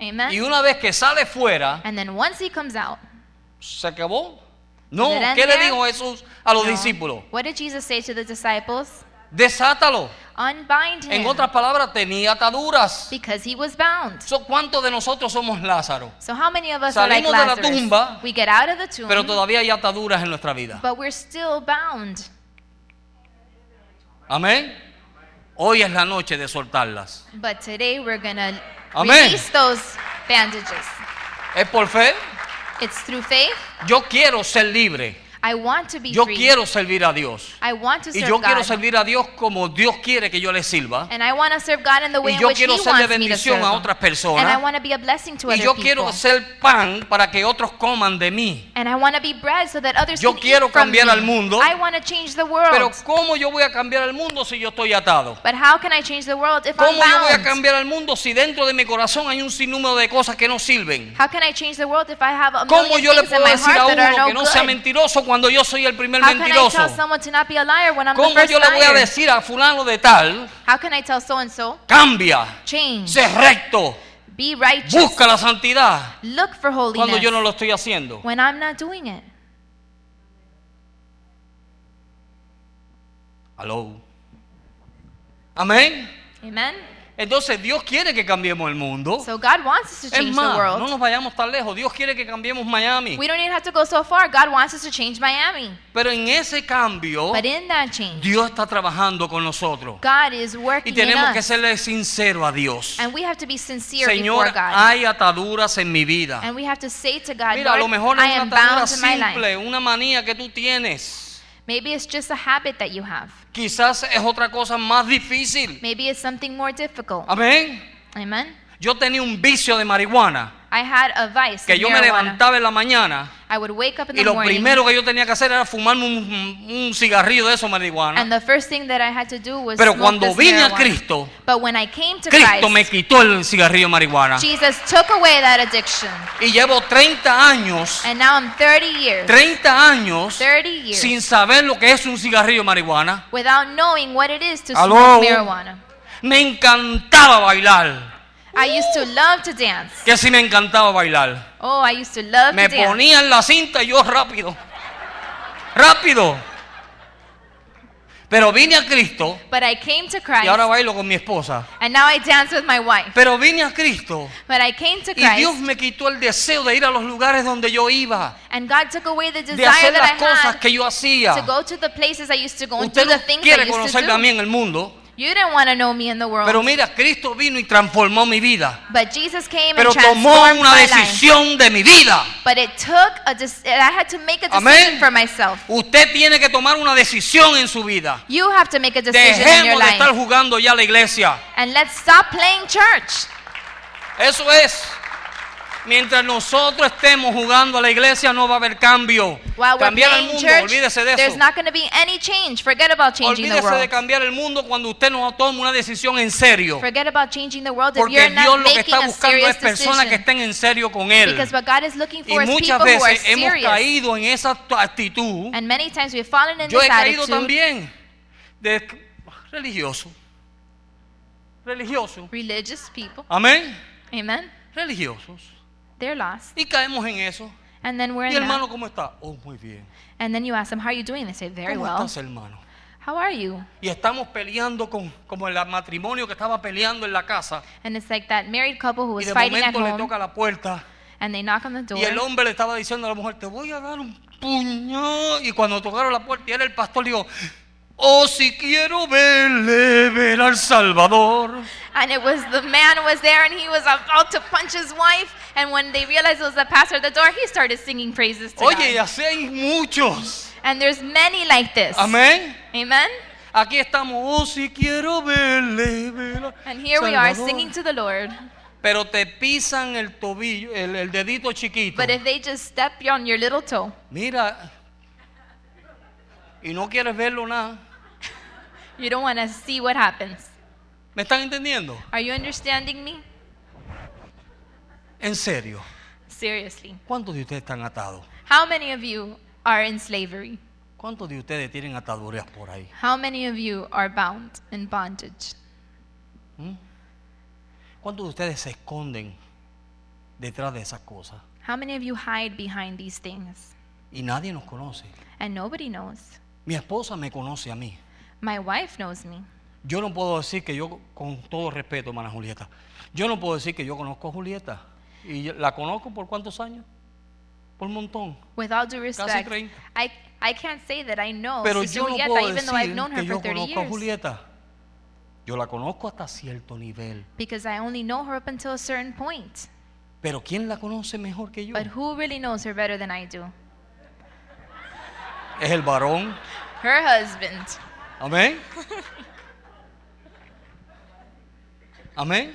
B: Amen.
A: Y una vez que sale fuera,
B: And then once he comes out,
A: se acabó. No,
B: it end
A: ¿qué le
B: there?
A: dijo Jesús a los
B: No.
A: discípulos?
B: what did Jesus say to the disciples?
A: Desátalo.
B: Unbind
A: En
B: him
A: otras palabras, tenía ataduras.
B: because he was bound.
A: So, ¿Cuántos de nosotros somos Lázaro?
B: So how many of us
A: Salimos
B: are
A: de la
B: like Lazarus?
A: tumba,
B: we get out of the tomb,
A: Pero todavía hay ataduras en nuestra vida.
B: but we're still bound.
A: Amén. Hoy es la noche de soltarlas.
B: But today we're gonna
A: Amén.
B: release those bandages.
A: Es por fe.
B: It's through faith.
A: Yo quiero ser libre.
B: I want to be
A: Yo
B: free.
A: quiero servir a Dios.
B: I want to
A: Y
B: serve
A: yo quiero
B: God.
A: servir a Dios como Dios quiere que yo le sirva.
B: and I want to serve God in the way
A: Y
B: in
A: yo
B: which He
A: quiero ser de
B: wants me to
A: bendición
B: serve.
A: a
B: Him.
A: otras
B: And I
A: personas.
B: want to be a blessing to
A: Y
B: other
A: yo
B: people.
A: quiero ser pan para que otros coman de mí.
B: and I want to be bread so that others
A: Yo
B: can
A: quiero
B: eat from
A: cambiar
B: me.
A: al mundo.
B: I want to change the world.
A: Pero ¿cómo yo voy a cambiar el mundo si yo estoy atado?
B: but how can I change the world if I'm
A: ¿Cómo yo voy a
B: bound?
A: cambiar el mundo si dentro de mi corazón hay un sinnúmero de cosas que no sirven?
B: how can I change the world if I have a
A: ¿Cómo
B: million
A: yo le
B: things in
A: puedo
B: my
A: decir a
B: heart that are
A: uno
B: no
A: que no
B: good?
A: sea mentiroso cuando yo soy el primer
B: how can I tell
A: mentiroso?
B: someone to not be a liar when I'm the
A: ¿Cómo
B: first
A: yo le voy a
B: liar?
A: decir a fulano de tal,
B: How can I tell so and so?
A: cambia,
B: Change.
A: sé recto,
B: Be righteous.
A: busca la santidad
B: Look for holiness
A: cuando yo no lo estoy haciendo?
B: when I'm not doing it.
A: Aló. Amén.
B: Amen.
A: Entonces Dios quiere que cambiemos el mundo.
B: So God wants us to
A: Es
B: change the
A: más,
B: world.
A: no nos vayamos tan lejos. Dios quiere que cambiemos Miami.
B: We don't even have to go so far. God wants us to change Miami.
A: Pero en ese cambio,
B: But in that change,
A: Oh. Dios está trabajando con nosotros.
B: God is
A: Y
B: working in
A: tenemos que
B: us.
A: serle sincero a Dios.
B: And we have to be sincere
A: Señor,
B: before God.
A: hay ataduras en mi vida.
B: And we have to say to God,
A: Mira, a lo
B: Lord,
A: mejor
B: I
A: es una
B: am
A: atadura
B: bound in my life.
A: simple, una manía que tú tienes.
B: Maybe it's just a habit that you have.
A: Quizás es otra cosa más difícil.
B: Maybe it's something more difficult.
A: Ah. Amén.
B: Amen.
A: Yo tenía un vicio de marihuana,
B: I had a vice.
A: que
B: of
A: yo me
B: marijuana.
A: levantaba en la mañana
B: I would wake up in
A: y
B: the
A: lo
B: morning.
A: primero que yo tenía que hacer era fumarme un, un cigarrillo de eso marihuana.
B: And the first thing that I had to do was
A: Pero
B: smoke
A: cuando
B: this
A: vine a
B: marijuana.
A: Cristo,
B: But when I came to
A: Cristo me
B: Christ,
A: quitó el cigarrillo de marihuana.
B: Jesus took away that addiction.
A: Y llevo 30 años,
B: And now I'm 30 years,
A: 30 años
B: 30 years,
A: sin saber lo que es un cigarrillo de marihuana.
B: without knowing what it is to
A: Aló.
B: smoke marijuana.
A: Me encantaba bailar.
B: I used to love to dance.
A: Que sí me encantaba bailar.
B: Oh, I used to love
A: Me
B: to dance.
A: ponían la cinta y yo rápido. Rápido. Pero vine a Cristo
B: But I came to
A: y ahora
B: Christ,
A: bailo con mi esposa.
B: and now I dance with my wife.
A: Pero vine a Cristo
B: But I came to
A: y Dios
B: Christ,
A: me quitó el deseo de ir a los lugares donde yo iba,
B: and God took away the
A: de
B: desire
A: hacer las
B: that
A: cosas
B: I
A: que yo
B: had to
A: hacía.
B: go to the places I used to go and do
A: Usted
B: the
A: no
B: things I
A: quiere
B: used to
A: conocerme a mí
B: do.
A: en el mundo,
B: You didn't want to know me in the
A: pero
B: world.
A: mira, Cristo vino y transformó mi vida.
B: But Jesus came and
A: Pero tomó
B: transformed
A: una
B: my life.
A: decisión de mi vida.
B: But it took a dis- I had to make a decision
A: Amén.
B: for myself.
A: Usted tiene que tomar una decisión en su vida.
B: You have to make a decision in your
A: Dejemos de
B: life.
A: estar jugando ya a la iglesia.
B: And let's stop playing church.
A: Eso es. Mientras nosotros estemos jugando a la iglesia no va a haber cambio.
B: While we're
A: Cambiar el
B: playing
A: mundo,
B: church,
A: olvídese de
B: there's
A: eso.
B: not going to be any change. Forget about changing the
A: Olvídese de
B: world.
A: cambiar el mundo cuando usted no toma una decisión en serio.
B: Forget about changing the world if
A: Porque
B: you're
A: Dios
B: not
A: lo que
B: making
A: está
B: a
A: buscando es
B: serious
A: personas que
B: decision.
A: estén en serio con Él.
B: Because what God is looking
A: Y
B: for is
A: muchas
B: people who are
A: veces hemos
B: serious.
A: caído en esa actitud.
B: And many times we've fallen in
A: Yo
B: this
A: he caído
B: attitude,
A: también de religioso. Religioso.
B: religious people.
A: Amén.
B: Amen.
A: Religiosos.
B: They're lost.
A: Y caemos en eso.
B: And then we're
A: Y
B: in
A: hermano,
B: that.
A: ¿cómo está? Oh, muy bien.
B: And then you ask them, how are you doing? They say, very
A: ¿Cómo
B: well.
A: estás, hermano?
B: How are you?
A: Y estamos peleando con, como el matrimonio que estaba peleando en la casa.
B: And it's like that married couple who
A: Y
B: was
A: de
B: fighting at
A: momento le
B: home,
A: toca la puerta.
B: and they knock on the door.
A: Y el hombre le estaba diciendo a la mujer, te voy a dar un puño. Y cuando tocaron la puerta y era el pastor, le dijo, oh, si quiero verle, ver al Salvador.
B: And it was the man was there, and he was about to punch his wife. And when they realized it was the pastor at the door, he started singing praises to
A: Oye, y
B: God.
A: así hay muchos.
B: And there's many like this.
A: Amén.
B: Amen.
A: Aquí estamos, oh, si quiero verle, ver al
B: And here we are
A: Salvador".
B: singing to the Lord.
A: Pero te pisan el tobillo, el, el dedito chiquito.
B: But if they just step you on your little toe,
A: Mira, y no quieres verlo nada.
B: you don't want to see what happens.
A: ¿Me están entendiendo?
B: Are you understanding me?
A: En serio,
B: Seriously.
A: ¿cuántos de ustedes están atados?
B: How many of you are in slavery?
A: ¿Cuántos de ustedes tienen ataduras por ahí?
B: How many of you are bound in bondage?
A: ¿Cuántos de ustedes se esconden detrás de esas cosas.
B: How many of you hide behind these things?
A: Y nadie nos conoce.
B: And nobody knows.
A: Mi esposa me conoce a mí.
B: My wife knows me.
A: Yo no puedo decir que yo, con todo respeto, hermana Julieta, yo no puedo decir que yo conozco a Julieta. ¿Y yo- la conozco por cuántos años? Por un montón.
B: With all due respect,
A: treinta.
B: I, I can't say that I know
A: Pero
B: Sister
A: yo no
B: Oh, Julieta,
A: puedo
B: even though I've
A: decir
B: known her
A: que
B: for
A: yo
B: 30
A: conozco a
B: years.
A: Julieta. Yo la conozco hasta cierto nivel.
B: Because I only know her up until a certain point.
A: Pero ¿quién la conoce mejor que yo?
B: But who really knows her better than I do?
A: Es el varón.
B: Her husband.
A: Amén. Amén.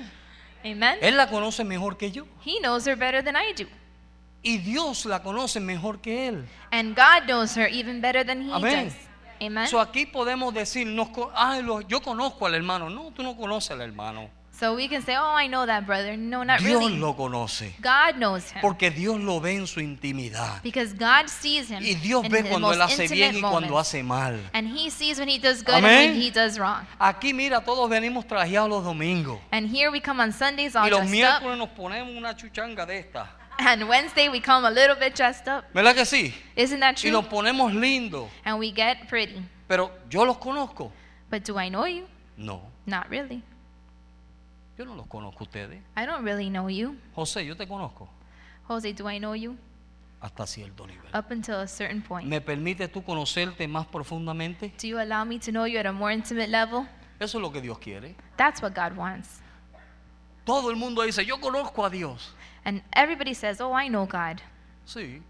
B: Amen?
A: Él la conoce mejor que yo.
B: He knows her better than I do.
A: Y Dios la conoce mejor que él.
B: And God knows her even better than he
A: Amén.
B: does. Amen.
A: So, aquí podemos decir, nos co- ay, lo- yo conozco al hermano. No, tú no conoces al hermano.
B: so we can say, oh, I know that brother. No, not
A: Dios
B: really.
A: lo conoce.
B: God knows him.
A: Porque Dios lo ve en su intimidad.
B: because God sees him
A: Y Dios
B: in
A: ve
B: his
A: cuando
B: most
A: él hace
B: intimate
A: bien y cuando
B: moments.
A: hace mal.
B: And he sees when he does good
A: Amén.
B: and when he does wrong.
A: Aquí, mira, todos venimos trajeados los domingos.
B: And here we come on Sundays all
A: Y los
B: dressed up.
A: miércoles nos ponemos una chuchanga de esta.
B: And Wednesday we come a little bit dressed up.
A: ¿Verdad que sí?
B: Isn't that
A: Y
B: true?
A: nos ponemos lindos.
B: And we get pretty.
A: Pero yo los conozco.
B: But do I know you?
A: No,
B: Not really.
A: yo no los conozco a ustedes.
B: I don't really know you.
A: José, yo te conozco
B: Jose, do I know you?
A: hasta cierto nivel.
B: Up until a certain point.
A: ¿Me permites tú conocerte más profundamente?
B: Do you allow me to know you at a more intimate level?
A: Eso es lo que Dios quiere.
B: That's what God wants.
A: Todo el mundo dice, yo conozco a Dios.
B: And everybody says, oh, I know God.
A: Sí,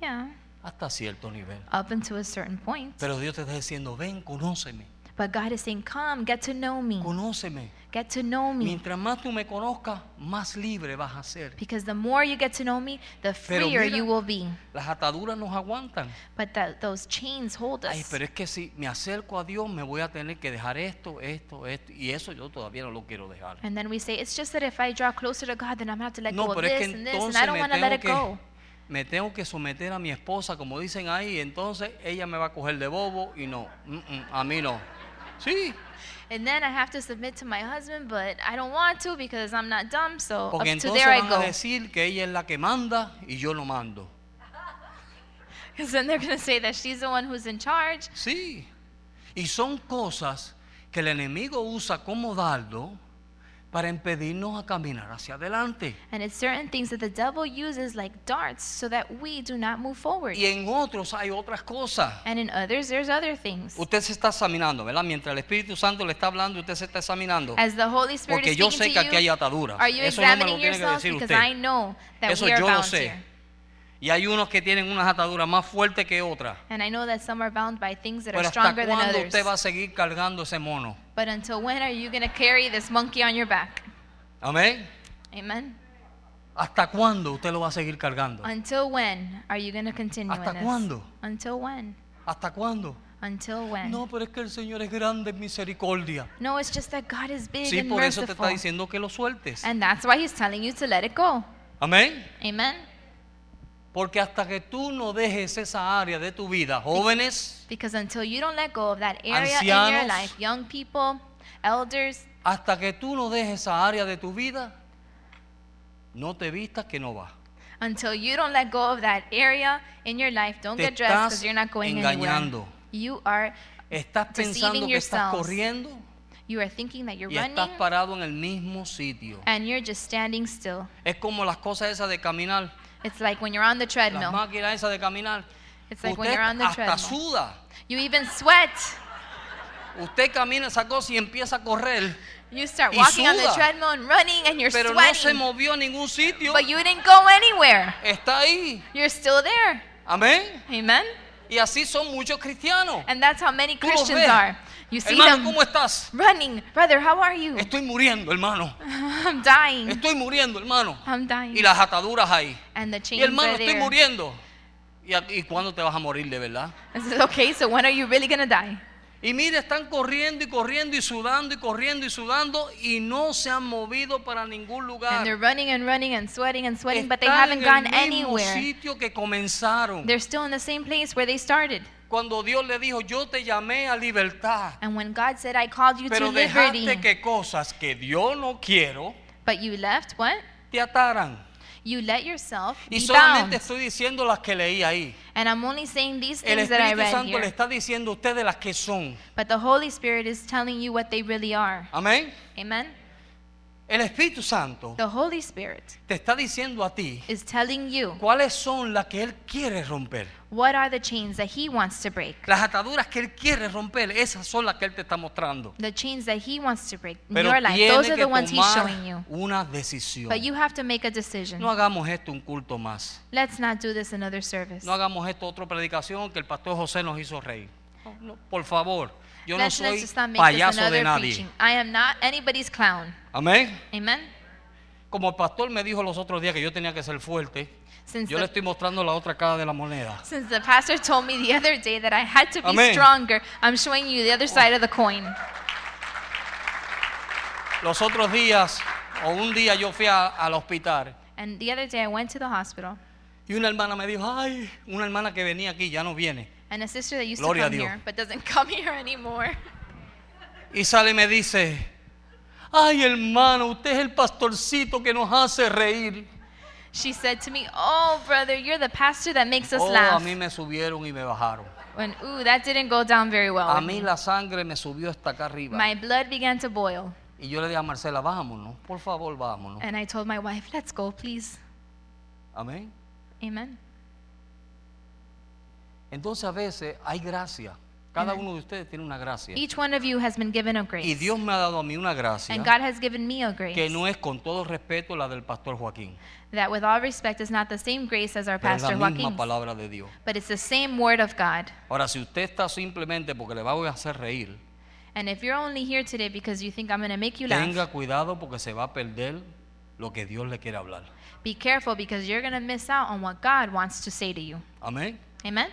B: Yeah,
A: hasta cierto nivel.
B: up until a certain point.
A: Pero Dios te está diciendo, ven, conóceme,
B: But God is saying, come, get to know me.
A: conóceme.
B: Get to know me.
A: Mientras más tú me conozcas, más libre vas a ser.
B: Because the more you get to know me, the
A: Pero
B: freer
A: mira-
B: you will be.
A: Las ataduras nos aguantan.
B: But that, those chains hold
A: Ay,
B: us.
A: pero es que si me acerco a Dios, me voy a tener que dejar esto, esto, esto. Y eso yo todavía no lo quiero dejar.
B: And then we say, it's just that if I draw closer to God, then I'm going to have to let
A: No,
B: go of
A: pero es
B: this
A: que
B: and this, and I
A: entonces
B: don't
A: me
B: want to let
A: tengo
B: it
A: que,
B: go.
A: me tengo que someter a mi esposa, como dicen ahí, entonces ella me va a coger de bobo y no, mm, mm, a mí no. Sí,
B: And then I have to submit to my husband, but I don't want to because I'm not dumb, so up
A: porque
B: to
A: entonces
B: there I
A: van a
B: go.
A: decir que ella es la que manda y yo no mando.
B: Because then they're going to say that she's the one who's in charge.
A: Sí, y son cosas que el enemigo usa como dardo para impedirnos a caminar hacia adelante.
B: And it's certain things that the devil uses like darts so that we do not move forward.
A: Y en otros hay otras cosas.
B: And in others, there's other things.
A: Usted se está examinando, ¿verdad? Mientras el Espíritu Santo le está hablando, usted se está examinando.
B: As the Holy Spirit
A: Porque
B: is
A: yo sé
B: speaking to
A: que aquí hay
B: you,
A: ataduras.
B: are you
A: Eso no me lo
B: examining
A: tiene que
B: yourself?
A: decir
B: Because
A: usted.
B: I know that
A: Eso
B: we are
A: yo lo
B: bound
A: sé.
B: here.
A: Y hay unos que tienen unas ataduras más fuertes que otras.
B: And I know that some are bound by things that are
A: Pero ¿hasta
B: stronger than
A: cuándo
B: others.
A: usted va a seguir cargando ese mono?
B: But until when are you going to carry this monkey on your back?
A: ¿Amén?
B: Amen.
A: ¿Hasta cuándo usted lo va a seguir cargando?
B: Until when are you going to continue in
A: ¿Hasta
B: this?
A: cuándo?
B: Until when?
A: ¿Hasta cuándo?
B: Until when?
A: No, pero es que el Señor es grande en misericordia.
B: No, it's just that God is big
A: Sí,
B: and
A: por eso te
B: merciful.
A: está diciendo que lo sueltes.
B: and that's why he's telling you to let it go.
A: Amén.
B: Amen.
A: Porque hasta que tú no dejes esa área de tu vida, jóvenes,
B: Because until you don't let go of that area in your
A: Ancianos.
B: life, young people, elders,
A: hasta que tú no dejes esa área de tu vida, no te vistas que no vas.
B: until you don't let go of that area in your life, don't
A: Te
B: get dressed
A: estás
B: because you're not going
A: engañando.
B: anywhere. You are
A: Estás pensando
B: Deceiving
A: que estás
B: yourselves.
A: corriendo
B: you are thinking that you're
A: y estás
B: running
A: parado en el mismo sitio.
B: and you're just standing still.
A: Es como las cosas esas de caminar,
B: It's like when you're on the
A: las
B: treadmill.
A: máquinas esas de caminar.
B: It's like when
A: Usted
B: you're on the
A: hasta
B: treadmill.
A: suda.
B: You even sweat.
A: Usted camina esa cosa y empieza a correr,
B: You start
A: Y
B: walking on the
A: suda.
B: treadmill and running and you're
A: pero no se
B: sweating.
A: movió a ningún sitio.
B: but you didn't go anywhere.
A: Está ahí.
B: You're still there.
A: Amén.
B: Amen.
A: Y así son muchos cristianos.
B: And that's how many
A: los
B: Christians
A: ves.
B: are. You see
A: Hermano,
B: them
A: ¿cómo estás?
B: running. Brother, how are you?
A: Estoy muriendo, hermano.
B: I'm dying.
A: Estoy muriendo, hermano.
B: I'm
A: Y
B: dying.
A: las ataduras ahí.
B: And the
A: Y
B: chains
A: hermano,
B: are
A: estoy
B: there.
A: muriendo. ¿Y, a- ¿Y cuándo te vas a morir de verdad?
B: I said, okay, so when are you really going to die?
A: Y mire, están corriendo y corriendo y sudando y corriendo y sudando y no se han movido para ningún
B: And they're
A: lugar.
B: running and running and sweating and sweating, but they
A: Están
B: haven't
A: en
B: gone
A: el mismo
B: anywhere.
A: sitio que comenzaron.
B: They're still in the same place where they started.
A: Cuando Dios le dijo, yo te llamé a libertad.
B: And when God said, I called you to
A: Pero
B: liberty,
A: dejaste que cosas que yo no quiero
B: but you left, what?
A: te ataran.
B: You let yourself
A: Y
B: be
A: solamente
B: bound.
A: estoy diciendo las que leí ahí.
B: And I'm only saying these
A: El
B: things that I
A: Espíritu
B: read
A: Santo le
B: here.
A: está diciendo a ustedes las que son.
B: But the Holy Spirit is telling you what they really are.
A: Amén.
B: Amen?
A: El Espíritu Santo
B: The Holy Spirit
A: te está diciendo a ti
B: is telling you
A: cuáles son las que Él quiere romper.
B: what are the chains that He wants to break.
A: Las ataduras que Él quiere romper, esas son las que Él te está mostrando.
B: The chains that He wants to break in
A: Pero
B: your life,
A: tiene
B: those are
A: que
B: the ones He's
A: tomar
B: showing you.
A: una decisión.
B: But you have to make a decision.
A: No hagamos esto un culto más.
B: Let's not do this another service.
A: No hagamos esto otra predicación que el pastor José nos hizo reír. No, no, por favor, yo no
B: Let's, let's
A: soy
B: just not make this
A: payaso de
B: another
A: nadie.
B: preaching. I am not anybody's clown.
A: Amén.
B: Amen?
A: Como el pastor me dijo los otros días que yo tenía que ser fuerte,
B: Since
A: yo le
B: the
A: estoy mostrando la otra cara de la moneda.
B: Since the pastor told me the other day that I had to be
A: Amén.
B: stronger, I'm showing you the other side of the coin.
A: Los otros días, o un día yo fui a- al hospital
B: And the other day I went to the hospital,
A: y una hermana me dijo, ay, una hermana que venía aquí ya no viene.
B: and a sister that used
A: Gloria a
B: to come
A: Dios.
B: here but doesn't come here anymore.
A: Y sale y me dice, ay hermano, usted es el pastorcito que nos hace reír.
B: She said to me, "Oh, brother, you're the pastor that makes us
A: Oh, a
B: laugh."
A: mí me subieron y me bajaron.
B: When ooh, that didn't go down very well.
A: A
B: with
A: mí
B: me.
A: la sangre me subió hasta acá arriba.
B: My blood began to boil,
A: Y yo le dije a Marcela, vámonos, por favor, vámonos.
B: and I told my wife, "Let's go, please."
A: Amén.
B: Amen.
A: Entonces a veces hay gracia. Cada
B: Amén.
A: uno de ustedes tiene una gracia.
B: Each one of you has been given a grace,
A: Y Dios me ha dado a mí una gracia
B: and God has given me a grace
A: que no es con todo respeto la del pastor Joaquín,
B: that, with all respect, is not the same grace as our
A: pero es
B: pastor
A: la misma
B: Joaquin.
A: palabra de Dios.
B: But it's the same word of God.
A: Ahora, si usted está simplemente porque le voy a hacer reír,
B: And if you're only here today because you think I'm going to make you laugh,
A: tenga cuidado porque se va a perder lo que Dios le quiere hablar.
B: be careful because you're going to miss out on what God wants to say to you.
A: Amén.
B: Amen?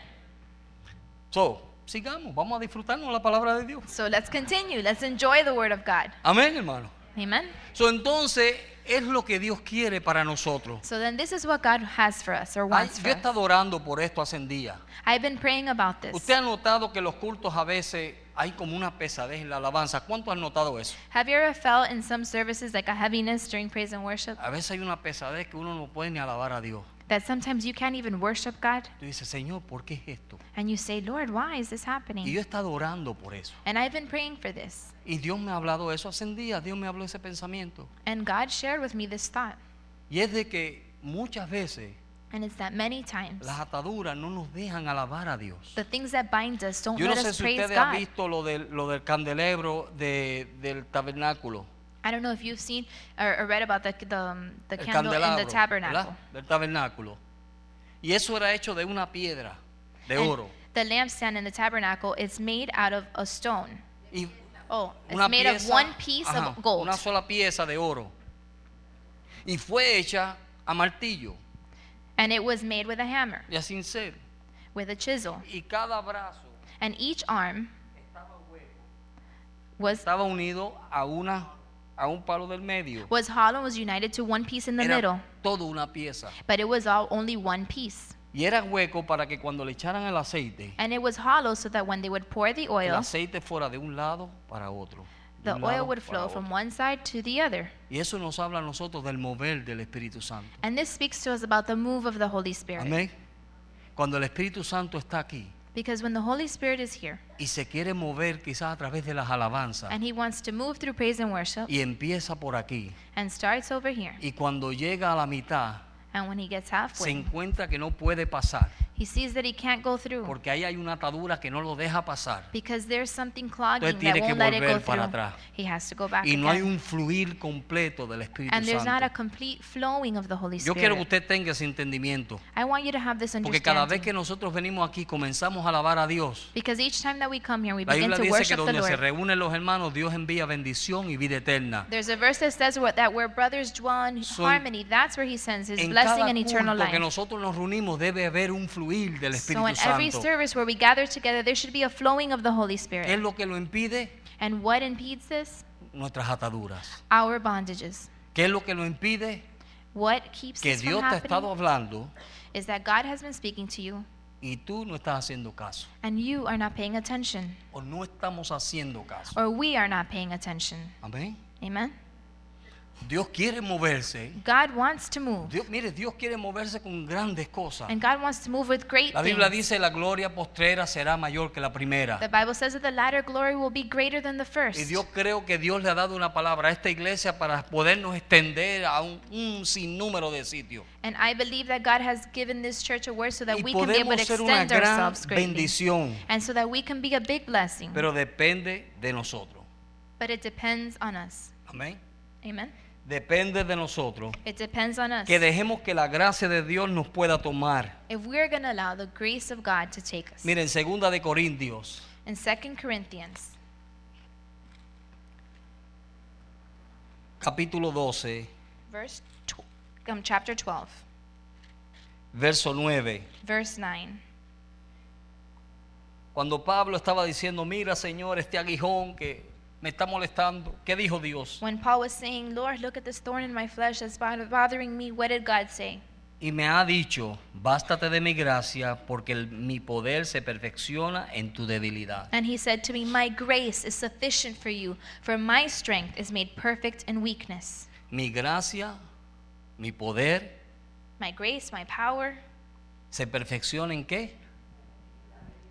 A: So, sigamos, vamos a disfrutarnos la palabra de Dios.
B: So let's continue. Let's enjoy the word of God.
A: Amén, hermano.
B: Amen?
A: So, entonces, es lo que Dios quiere para nosotros.
B: So then this is what God has for us or
A: Ay,
B: wants
A: yo
B: for
A: he
B: us.
A: estado orando por esto hace días.
B: I've been praying about this.
A: Usted ha notado que los cultos a veces hay como una pesadez en la alabanza. ¿Cuánto han notado eso?
B: Have you ever felt in some services like a heaviness during praise and worship?
A: A veces hay una pesadez que uno no puede ni alabar a Dios.
B: That sometimes you can't even worship God?
A: Tú dices, Señor, ¿por qué es esto?
B: And you say, Lord, why is this
A: Y yo
B: happening?
A: he estado orando por eso.
B: And I've been praying for this.
A: Y Dios me ha hablado eso hace días. Dios me habló ese pensamiento.
B: And God shared with me this thought.
A: Y es de que muchas veces
B: And it's that many times.
A: las ataduras no nos dejan alabar a Dios.
B: The things that bind us don't
A: Yo no
B: let
A: sé
B: us
A: si
B: praise
A: ustedes han
B: God.
A: visto lo del, lo del candelebro de- del tabernáculo.
B: I don't know if you've seen or, or read about the the, um, the
A: el
B: candle in the
A: candelabro,
B: tabernacle.
A: ¿verdad? del tabernáculo. Y eso era hecho de una piedra de
B: And
A: oro.
B: The lampstand in the tabernacle is made out of a stone.
A: Y
B: Oh, it's
A: una
B: made
A: pieza,
B: of one piece
A: ajá,
B: of gold,
A: una sola pieza de oro. Y fue hecha a martillo
B: and it was made with a hammer,
A: y a cincel.
B: with a chisel,
A: Y cada brazo
B: and each arm was
A: estaba unido a una a un palo del medio.
B: was hollow, was united to one piece in the
A: Era
B: middle,
A: todo una pieza.
B: but it was all only one piece,
A: Y era hueco para que cuando le echaran el aceite,
B: and it was hollow so that when they would pour the
A: el
B: oil,
A: aceite fuera de un lado para otro. de
B: the
A: un lado
B: oil would
A: para
B: flow
A: otro.
B: from one side to the other.
A: Y eso nos habla a nosotros del mover del Espíritu Santo.
B: And this speaks to us about the move of the Holy Spirit.
A: Amén. Cuando el Espíritu Santo está aquí
B: Because when the Holy Spirit is here
A: y se quiere mover quizás a través de las alabanzas
B: and he wants to move through praise and worship
A: Ah. y empieza por aquí
B: and starts over here,
A: y cuando llega a la mitad
B: and when he gets
A: se
B: halfway,
A: encuentra que no puede pasar
B: he sees that he can't go through
A: porque ahí hay una atadura que no lo deja pasar
B: because there's something clogging
A: tiene
B: that
A: que
B: won't let it go
A: volver para
B: through.
A: atrás.
B: He has to go back
A: y no hay
B: again.
A: un fluir completo del Espíritu
B: And there's not a
A: Santo.
B: complete flowing of the Holy
A: Yo quiero que
B: Spirit.
A: usted tenga ese entendimiento
B: I want you to have this
A: porque cada vez
B: understanding.
A: que nosotros venimos aquí comenzamos a alabar a Dios.
B: Because each time that we come here, we
A: La
B: begin
A: Biblia
B: to
A: dice que
B: worship the
A: donde se
B: Lord.
A: reúnen los hermanos Dios envía bendición y vida eterna.
B: There's a verse that says what- that where brothers dwell in
A: So,
B: harmony, that's where he sends his
A: en
B: blessing
A: cada
B: and eternal
A: culto que
B: life.
A: nosotros nos reunimos debe haber un fluir del
B: So
A: Espíritu
B: in every
A: Santo.
B: service where we gather together, there should be a flowing of the
A: ¿Qué
B: Holy
A: es
B: Spirit.
A: lo que lo impide?
B: And what impedes this?
A: Nuestras ataduras.
B: Our bondages.
A: ¿Qué es lo que lo impide?
B: What keeps
A: Que
B: this
A: Dios
B: from
A: te ha estado
B: happening
A: hablando
B: is that God has been speaking to you,
A: y tú no estás haciendo caso.
B: and you are not paying attention,
A: O no estamos haciendo caso.
B: or we are not paying attention.
A: Amén.
B: Amen.
A: Dios quiere moverse.
B: God wants to move,
A: Dios- mire, Dios quiere moverse con grandes cosas.
B: and God wants to move with great
A: La
B: things.
A: Biblia dice la gloria postrera será mayor que la primera.
B: The Bible says that the latter glory will be greater than the first.
A: Y yo creo que Dios le ha dado una palabra a esta iglesia para podernos extender a un, un sinnúmero de sitios.
B: And I believe that God has given this church a word so that
A: Y
B: we can be able
A: podemos
B: to
A: ser una
B: extend
A: gran
B: ourselves greatly.
A: bendición,
B: And so that we can be a big blessing.
A: pero depende de nosotros.
B: But it depends on us.
A: Amén.
B: Amen.
A: Depende de nosotros
B: It depends on us.
A: que dejemos que la gracia de Dios nos pueda tomar.
B: If we're going to allow the grace of God to take us.
A: Miren, segunda de Corintios
B: In 2 Corinthians
A: capítulo 12,
B: verse tw- um, chapter 12,
A: verso 9.
B: verse 9.
A: Cuando Pablo estaba diciendo, mira Señor, este aguijón que me está molestando, ¿qué dijo Dios?
B: When Paul was saying, Lord, look at this thorn in my flesh that's bo- bothering me, what did God say?
A: Y me ha dicho, bástate de mi gracia, porque el- mi poder se perfecciona en tu debilidad.
B: And he said to me, My grace is sufficient for you, for my strength is made perfect in weakness.
A: Mi gracia, mi poder,
B: My grace, my power,
A: se perfecciona en qué?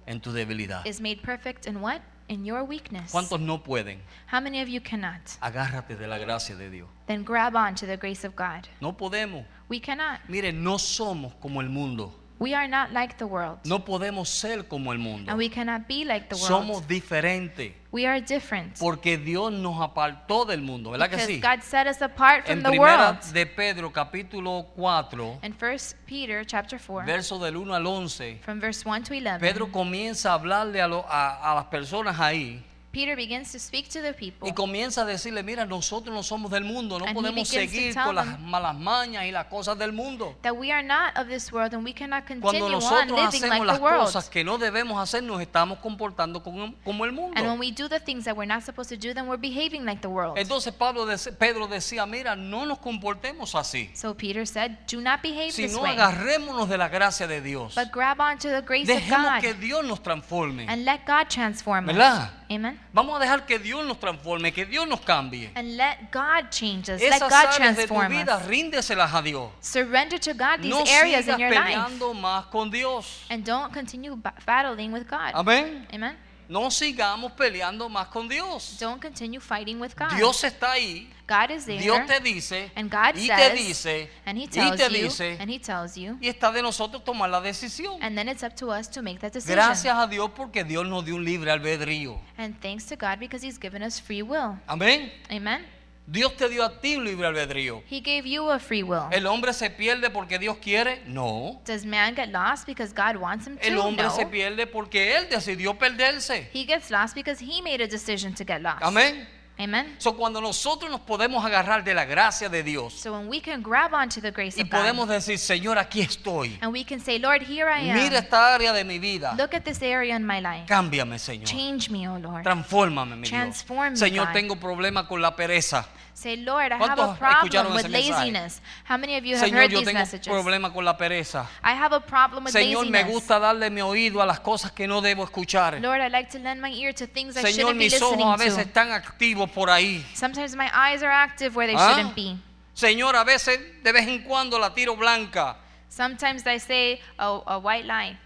A: En tu debilidad.
B: is made perfect in what? In your weakness.
A: ¿Cuántos no pueden?
B: How many of you cannot?
A: Agárrate de la gracia de Dios.
B: Then grab on to the grace of God.
A: No podemos.
B: We cannot.
A: Mire, no somos como el mundo.
B: We are not like the world.
A: No podemos ser como el mundo.
B: And we cannot be like the world.
A: Somos diferentes.
B: We are different.
A: Porque Dios nos apartó del mundo, ¿verdad que
B: because
A: sí?
B: God set us apart from
A: En
B: the
A: primera
B: world.
A: de Pedro capítulo 4,
B: In 1 Peter chapter 4,
A: verso del 1 al 11,
B: from verse 1 to 11,
A: Pedro comienza a hablarle a, lo- a- a las personas ahí
B: Peter begins to speak to the people.
A: y comienza a decirle, mira, nosotros no somos del mundo, no
B: And he
A: podemos
B: begins to
A: seguir
B: tell
A: con las
B: them-
A: malas mañas y las cosas del mundo.
B: that we are not of this world and we cannot continue
A: Cuando
B: on
A: nosotros
B: living
A: hacemos
B: like
A: las
B: the world.
A: cosas que no debemos hacer, nos estamos comportando como, como el mundo.
B: And when we do the things that we're not supposed to do, then we're behaving like the world.
A: Entonces Pablo dec- Pedro decía, mira, no nos comportemos así,
B: So Peter said, Do not behave this
A: sino
B: way,
A: agarrémonos de la gracia de Dios.
B: but grab onto the grace of
A: Dejemos
B: God
A: que Dios nos transforme.
B: and let God transform us.
A: ¿Verdad?
B: Amen.
A: Vamos a dejar que Dios nos transforme, que Dios nos cambie.
B: And let God change us. Let
A: Esas
B: God
A: áreas de tu
B: transform
A: vida,
B: us.
A: ríndeselas a Dios.
B: Surrender to God these
A: No sigas
B: areas in your life
A: peleando más con Dios.
B: and don't continue ba- battling with God.
A: Amén.
B: Amen.
A: No sigamos peleando más con Dios.
B: Don't continue fighting with God.
A: Dios está ahí.
B: God is there.
A: Dios te dice.
B: and God
A: y te
B: says,
A: dice.
B: and he
A: y
B: tells
A: te
B: you,
A: dice.
B: and he tells you,
A: y está de nosotros tomar la decisión.
B: and then it's up to us to make that decision.
A: Gracias a Dios porque Dios nos dio un libre albedrío.
B: And thanks to God because He's given us free will.
A: Amén.
B: Amen.
A: Dios te dio a ti un libre albedrío.
B: He gave you a free will.
A: ¿El hombre se pierde porque Dios quiere? No.
B: Does man get lost because God wants him to?
A: El hombre se
B: No.
A: pierde porque él decidió perderse.
B: He gets lost because he made a decision to get lost.
A: Amén.
B: Amen.
A: So, cuando nosotros nos podemos agarrar de la gracia de Dios
B: So when we can grab onto the grace
A: y
B: of God
A: podemos decir, Señor, aquí estoy.
B: and we can say, Lord, here I am.
A: Mira esta área de mi vida.
B: Look at this area in my life.
A: Cámbiame, Señor.
B: Change me, O Lord.
A: Transfórmame, mi Dios.
B: Transform me,
A: Señor,
B: God.
A: tengo problema con la pereza.
B: Say, Lord, I have a
A: ¿Cuántos escucharon
B: problem with
A: ese mensaje?
B: laziness. How many of you have
A: Señor,
B: heard
A: yo
B: these
A: tengo
B: messages?
A: problema con la pereza.
B: I have a problem with
A: Señor, me
B: laziness.
A: gusta darle mi oído a las cosas que no debo escuchar.
B: Lord, I like to lend my ear to things I
A: Señor,
B: shouldn't be
A: mis ojos
B: listening
A: a
B: to.
A: veces están activos por ahí.
B: Sometimes my eyes are active where they
A: Ah.
B: shouldn't be.
A: Señor, a veces de vez en cuando la tiro blanca.
B: Sometimes I say a, a white lie.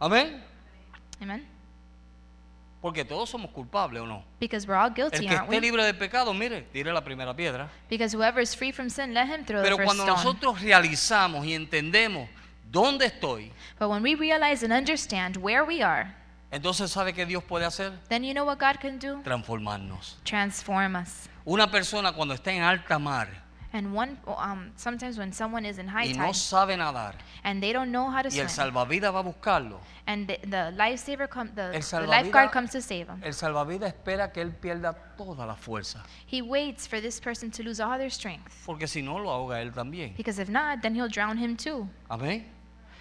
A: Amén.
B: Amen?
A: Porque todos somos culpables o no.
B: Because we're all
A: El
B: guilty,
A: que
B: aren't
A: esté
B: we?
A: libre de pecado, mire, tire la primera piedra.
B: Because whoever is free from sin, let him throw
A: Pero
B: the first
A: cuando
B: stone.
A: nosotros realizamos y entendemos dónde estoy,
B: But when we realize and understand where we are,
A: entonces sabe que Dios puede hacer
B: then you know what God can do?
A: transformarnos.
B: Transform us.
A: Una persona cuando está en alta mar
B: And one, um, sometimes when someone is in high
A: y no
B: tide
A: sabe nadar
B: and they don't know how to
A: y el
B: swim,
A: salvavidas va a buscarlo,
B: and the, the lifesaver come, the,
A: El
B: the lifeguard
A: salvavidas-
B: comes to save them,
A: el salvavidas espera que él pierda toda la fuerza,
B: he waits for this person to lose all their strength.
A: porque si no lo ahoga él también.
B: Because if not, then he'll drown him too.
A: Amén.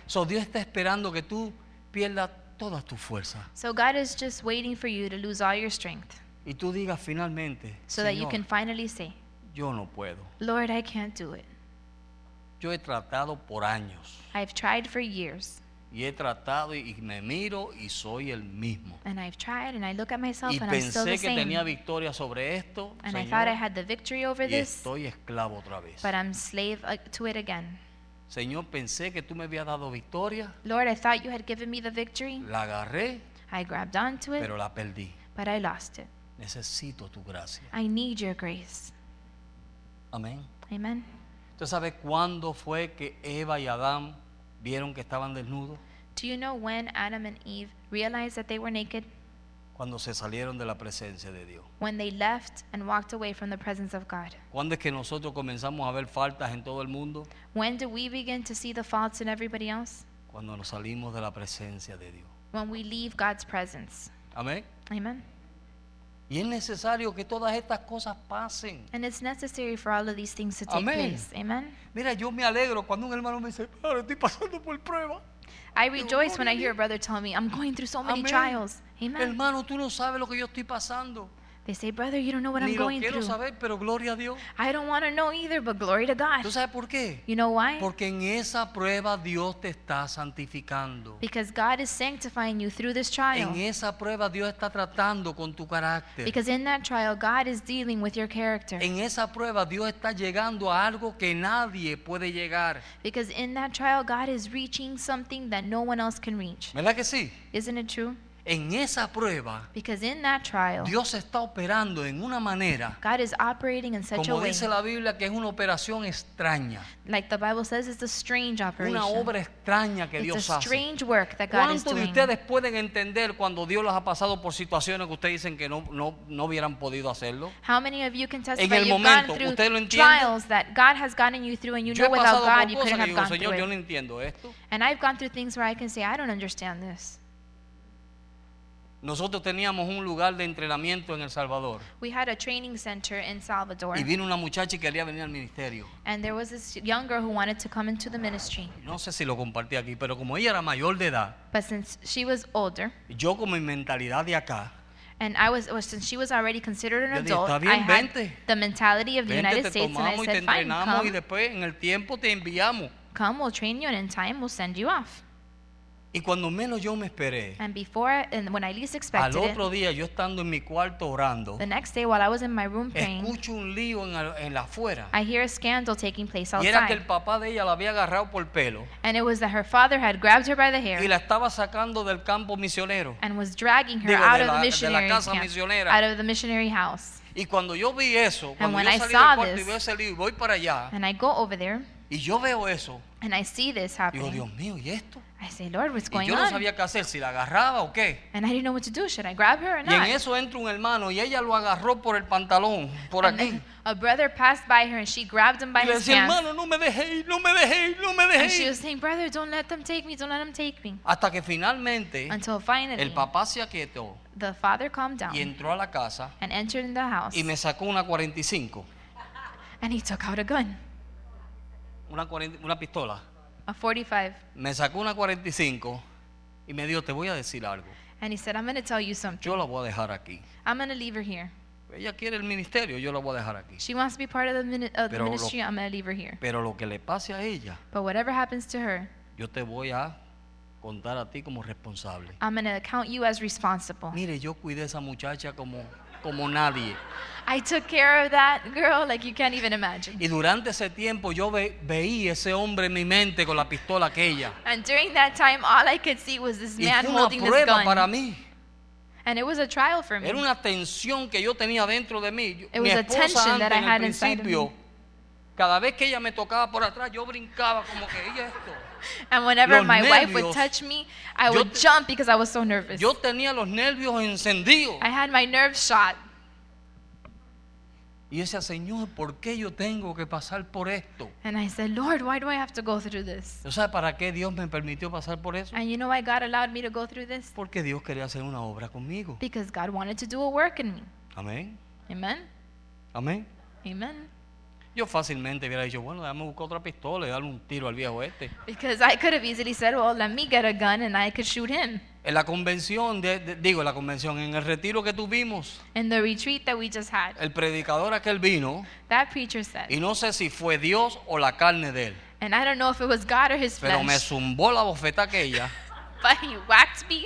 A: So Dios está esperando que tú pierdas todas tus fuerzas
B: So God is just waiting for you to lose all your strength
A: y tú digas finalmente,
B: so that you
A: Señor,
B: can finally say,
A: yo no puedo.
B: Lord, I can't do it.
A: Yo he tratado por años.
B: I've tried for years
A: y he tratado y y me miro y soy el mismo.
B: And I've tried and I look at myself
A: Y
B: and I'm still the
A: pensé que
B: same.
A: tenía victoria sobre esto,
B: and I thought I
A: Señor,
B: had the victory over
A: y
B: this,
A: estoy esclavo otra vez.
B: but I'm slave uh, to it again.
A: Señor, pensé que tú me habías dado victoria,
B: Lord, I thought you had given me the victory.
A: la agarré,
B: I grabbed onto it,
A: pero la perdí.
B: but I lost it.
A: Necesito tu gracia.
B: I need your grace.
A: Amén.
B: Amen.
A: ¿Usted sabe cuándo fue que Eva y Adán vieron que estaban desnudos?
B: Do you know when Adam and Eve realized that they were naked?
A: Cuando se salieron de la presencia de Dios.
B: When they left and walked away from the presence of God.
A: ¿Cuándo es que nosotros comenzamos a ver faltas en todo el mundo?
B: When do we begin to see the faults in everybody else?
A: Cuando nos salimos de la presencia de Dios.
B: When we leave God's presence.
A: Amén.
B: Amen.
A: Y es necesario que todas estas cosas pasen.
B: And it's necessary for all of these things to take
A: Amén.
B: place. Amen.
A: Mira, yo me alegro cuando un hermano me dice, "Padre, estoy pasando por prueba.
B: I rejoice when I hear a brother tell me, I'm going through so many
A: Amén.
B: trials. Amen.
A: Hermano, tú no sabes lo que yo estoy pasando.
B: They say, Brother, you don't know what
A: Ni
B: I'm
A: lo
B: going
A: quiero
B: through.
A: saber, pero gloria a Dios.
B: I don't want to know either, but glory to God.
A: ¿Tú sabes por qué?
B: You know why?
A: Porque en esa prueba Dios te está santificando.
B: Because God is sanctifying you through this trial.
A: En esa prueba Dios está tratando con tu carácter.
B: Because in that trial, God is dealing with your character.
A: En esa prueba Dios está llegando a algo que nadie puede llegar.
B: Because in that trial, God is reaching something that no one else can reach.
A: ¿Verdad que sí?
B: Isn't it true?
A: En esa prueba
B: Because in that trial,
A: Dios está operando en una manera,
B: God is operating in such a
A: como
B: way,
A: dice la Biblia, que es una operación extraña,
B: like the Bible says, it's a strange operation.
A: una obra extraña que
B: It's
A: Dios
B: a
A: hace.
B: strange work that God is
A: ¿Cuántos de
B: doing.
A: ustedes pueden entender cuando Dios los ha pasado por situaciones que ustedes dicen que no, no, no hubieran podido hacerlo?
B: How many of you can
A: En
B: testify
A: el
B: you've
A: momento,
B: gone through
A: ¿usted lo entiende?
B: trials that God has gotten you through and you
A: Yo he
B: know without
A: pasado
B: God
A: por
B: you
A: cosas que
B: couldn't have
A: digo,
B: gone through
A: Señor, yo
B: it.
A: no entiendo esto.
B: And I've gone through things where I can say, I don't understand this.
A: Nosotros teníamos un lugar de entrenamiento en El Salvador
B: We had a training center in Salvador,
A: y vino una muchacha y quería venir al ministerio.
B: and there was this young girl who wanted to come into the ministry.
A: No sé si lo compartí aquí, pero como ella era mayor de edad,
B: But since she was older,
A: yo con mi mentalidad de acá,
B: and I was, well, since she was already considered
A: Yo
B: an
A: dije,
B: adult,
A: "Está
B: I
A: bien,
B: had
A: vente.
B: the mentality of the
A: vente,
B: United
A: te
B: States, and I
A: tomamos y te
B: said, fine,
A: entrenamos y
B: come,
A: después en el tiempo te enviamos.
B: come, we'll train you, and in time we'll send you off.
A: Y cuando menos yo me esperé,
B: And before, and when I least
A: al
B: expected it,
A: otro día yo estando en mi cuarto orando,
B: the next day while I was in my room praying,
A: escucho un lío en, la- en la afuera.
B: I hear a scandal taking place
A: Y era que el
B: outside.
A: papá de ella la había agarrado por el pelo
B: And it was that her father had grabbed her by the
A: y
B: hair
A: la estaba sacando del campo misionero.
B: and was dragging her
A: Digo, de
B: out of
A: la- de la
B: the missionary
A: casa
B: camp,
A: misionera.
B: out of the missionary house.
A: Y cuando yo vi eso, cuando
B: when
A: yo
B: I
A: salí del
B: saw
A: cuarto y
B: this-
A: veo ese lío y voy para allá,
B: And I go over there
A: y yo veo eso,
B: and I see this
A: digo, Dios
B: happening.
A: mío, ¿y esto?
B: I say, Lord, what's
A: Y
B: going
A: yo no
B: on?
A: sabía qué hacer, si la agarraba o qué.
B: And I didn't know what to do. Should I grab her or
A: Y en
B: not?
A: eso entra un hermano y ella lo agarró por el pantalón, por
B: And
A: aquí.
B: then a brother passed by her and she grabbed him by
A: Y le
B: his
A: decía,
B: pants.
A: hermano, no me dejes ir, no me dejes ir, no me
B: And
A: dejes
B: she
A: ir.
B: was saying, Brother, don't let them take me, don't let them take me.
A: Hasta que finalmente
B: Until finally,
A: el papá se aquietó
B: the father calmed
A: y
B: down
A: entró a la casa
B: and entered in the house.
A: y me sacó una 45,
B: And he took out a gun,
A: una, 40 una pistola.
B: a 45.
A: Me sacó una 45 y me dijo, te voy a decir algo.
B: And he said, I'm going to tell you something.
A: Yo la voy a dejar aquí.
B: I'm going to leave her here.
A: Ella quiere el ministerio, yo la voy a dejar aquí.
B: She wants to be part of the, mini- of the
A: Pero lo-
B: ministry. I'm going to leave her here.
A: Pero lo que le pase a ella,
B: But whatever happens to her,
A: yo te voy a contar a ti como responsable.
B: I'm going to count you as responsible.
A: Mire, yo cuidé a esa muchacha como, como nadie.
B: I took care of that girl like you can't even imagine.
A: Y durante ese tiempo yo ve- veí ese hombre en mi mente con la pistola aquella.
B: And during that time, all I could see was this
A: Y
B: man
A: fue una
B: holding this
A: prueba para
B: gun.
A: mí.
B: And it was a trial for
A: Era
B: me.
A: una tensión que yo tenía dentro de mí. Yo-
B: It
A: Mi
B: was a
A: esposa
B: tension that
A: antes, en el
B: I had inside of
A: principio,
B: me.
A: cada vez que ella me tocaba por atrás, yo brincaba como que ella esto.
B: And whenever
A: Los
B: my wife
A: nervios.
B: would touch me, I
A: Yo
B: would
A: te-
B: jump because I was so nervous.
A: Yo tenía los nervios encendidos.
B: Pues I had my nerves shot.
A: Y yo decía, Señor, ¿por qué yo tengo que pasar por esto?
B: And I said, Lord, why do I have to go through this?
A: ¿No sabes para qué Dios me permitió pasar por eso?
B: And you know why God allowed me to go through this?
A: Porque Dios quería hacer una obra conmigo.
B: Because God wanted to do a work in me.
A: Amén.
B: Amen.
A: Amén.
B: Amen.
A: Yo fácilmente hubiera dicho, bueno, déjame buscar otra pistola y darle un tiro al viejo este.
B: Because I could have easily said, well, let me get a gun and I could shoot him.
A: En la convención, de- de- digo, en la convención, en el retiro que tuvimos,
B: In the retreat that we just had,
A: el predicador aquel vino
B: that preacher said,
A: y no sé si fue Dios o la carne de él.
B: And I don't know if it was God or his
A: Pero me
B: flesh,
A: zumbó la bofeta aquella
B: but he whacked me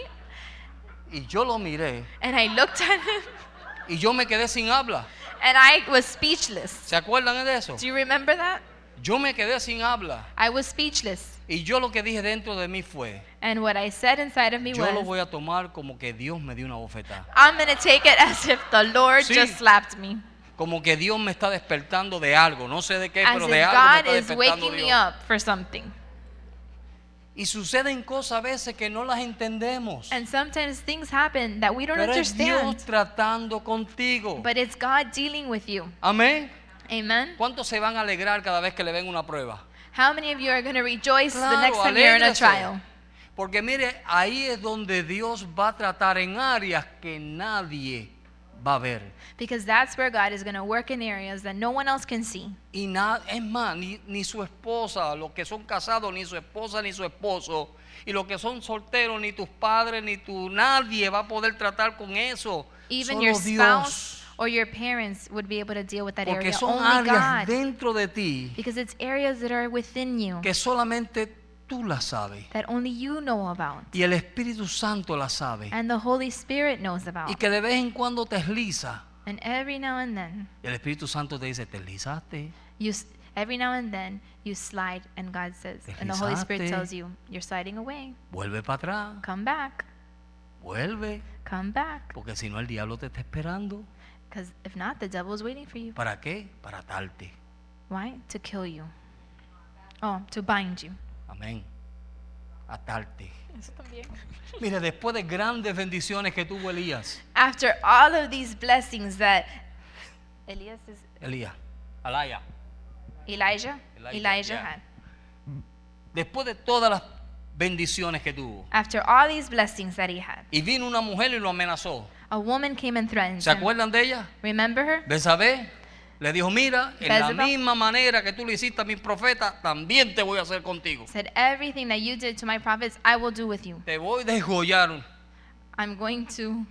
A: y yo lo miré
B: and I looked at him
A: y yo me quedé sin habla.
B: and I was speechless.
A: ¿Se acuerdan de eso?
B: Do you remember that?
A: Yo me quedé sin habla
B: I was speechless.
A: y yo lo que dije dentro de mí fue,
B: And what I said inside of me
A: yo lo
B: was,
A: voy a tomar como que Dios me dio una bofetada.
B: I'm going to take it as if the Lord
A: Sí.
B: just slapped me.
A: Como que Dios me está despertando de algo, no sé de qué,
B: As
A: pero
B: if
A: de algo me
B: God
A: está
B: is
A: despertando
B: waking me
A: Dios.
B: up for something.
A: Y suceden cosas a veces que no las entendemos.
B: And sometimes things happen that we don't
A: Pero es Dios
B: understand,
A: tratando contigo.
B: but it's God dealing with you.
A: Amén.
B: Amen.
A: ¿Cuántos se van a alegrar cada vez que le ven una prueba?
B: How many of you are going to rejoice the
A: Claro,
B: next time you're in a
A: alégrese.
B: trial?
A: Porque mire, ahí es donde Dios va a tratar en áreas que nadie va a ver.
B: Because that's where God is going to work in areas that no one else can see.
A: Y na- es más, ni, ni su esposa, los que son casados, ni su esposa, ni su esposo, y los que son solteros, ni tus padres, ni tu nadie va a poder tratar con eso.
B: Even
A: Solo
B: your spouse
A: Dios.
B: or your parents would be able to deal with that
A: Porque
B: area.
A: son
B: Only
A: áreas
B: Oh God.
A: dentro de ti
B: Because it's areas that are within you
A: que solamente tú las sabes.
B: that only you know about
A: Y el Espíritu Santo las sabe.
B: and the Holy Spirit knows
A: Y
B: about.
A: que de vez en cuando te desliza.
B: And every now and then,
A: Y el Espíritu Santo te dice, te deslizaste.
B: you s- every now and then you slide and God says and the Holy Spirit
A: Deslizaste.
B: tells you you're sliding away.
A: Vuelve para atrás.
B: Come back.
A: Vuelve.
B: Come back.
A: Porque si no, el diablo te está esperando.
B: Cuz if not the devil's waiting for you.
A: ¿Para qué? Para atarte.
B: Why? To kill you. Oh, to bind you.
A: Amén. Atarte. Mire, después de grandes bendiciones que tuvo Elías.
B: After all of these blessings that Elias is
A: Elías. Alaya.
B: Elijah
A: Elijah,
B: Elijah,
A: yeah.
B: had.
A: Después de todas las bendiciones que tuvo.
B: After all these blessings that he had,
A: Y vino una mujer y lo amenazó.
B: a woman came and threatened
A: ¿Se
B: him.
A: acuerdan de ella?
B: Remember her?
A: Besabé le dijo, mira, en la
B: Bezabá.
A: misma manera que tú le hiciste a mis profetas, también te voy a hacer contigo.
B: Said everything that you did to my prophets, I will do with you.
A: Te voy a desgollar.
B: I'm going to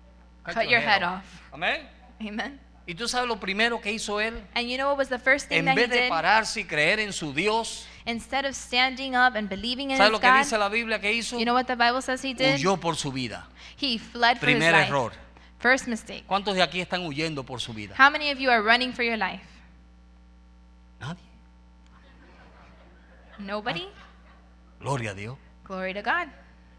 B: Cut your head off.
A: Amén.
B: Amen.
A: Y tú sabes lo primero que hizo él.
B: And you know what was the first thing
A: En
B: that he
A: vez de
B: did?
A: pararse y creer en su Dios,
B: Instead of standing up and believing in
A: ¿sabes
B: his
A: lo que
B: God,
A: dice la Biblia que hizo?
B: you know what the Bible says he did?
A: Huyó por su vida.
B: He fled for his
A: Primer
B: life.
A: error.
B: First mistake.
A: ¿Cuántos de aquí están huyendo por su vida?
B: How many of you are running for your life?
A: Nadie.
B: Nobody?
A: Gloria a Dios.
B: Glory to God.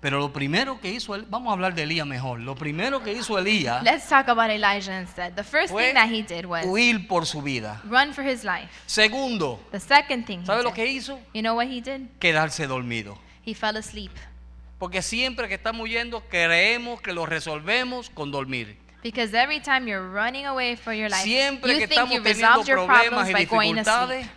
A: Pero lo primero que hizo él, vamos a hablar de Elías mejor. Lo primero que hizo Elías
B: Let's talk about Elijah instead. The first
A: fue
B: thing that he did was
A: huir por su vida.
B: run for his life.
A: Segundo,
B: The second thing he
A: ¿Sabe lo
B: did,
A: que hizo?
B: you know what he did?
A: Quedarse dormido.
B: He fell asleep.
A: Porque siempre que estamos huyendo, creemos que lo resolvemos con dormir.
B: Because every time you're running away for your life,
A: Siempre que
B: you think
A: estamos
B: you
A: teniendo
B: resolved your
A: problemas
B: problems
A: y
B: by going to
A: dificultades,
B: sleep.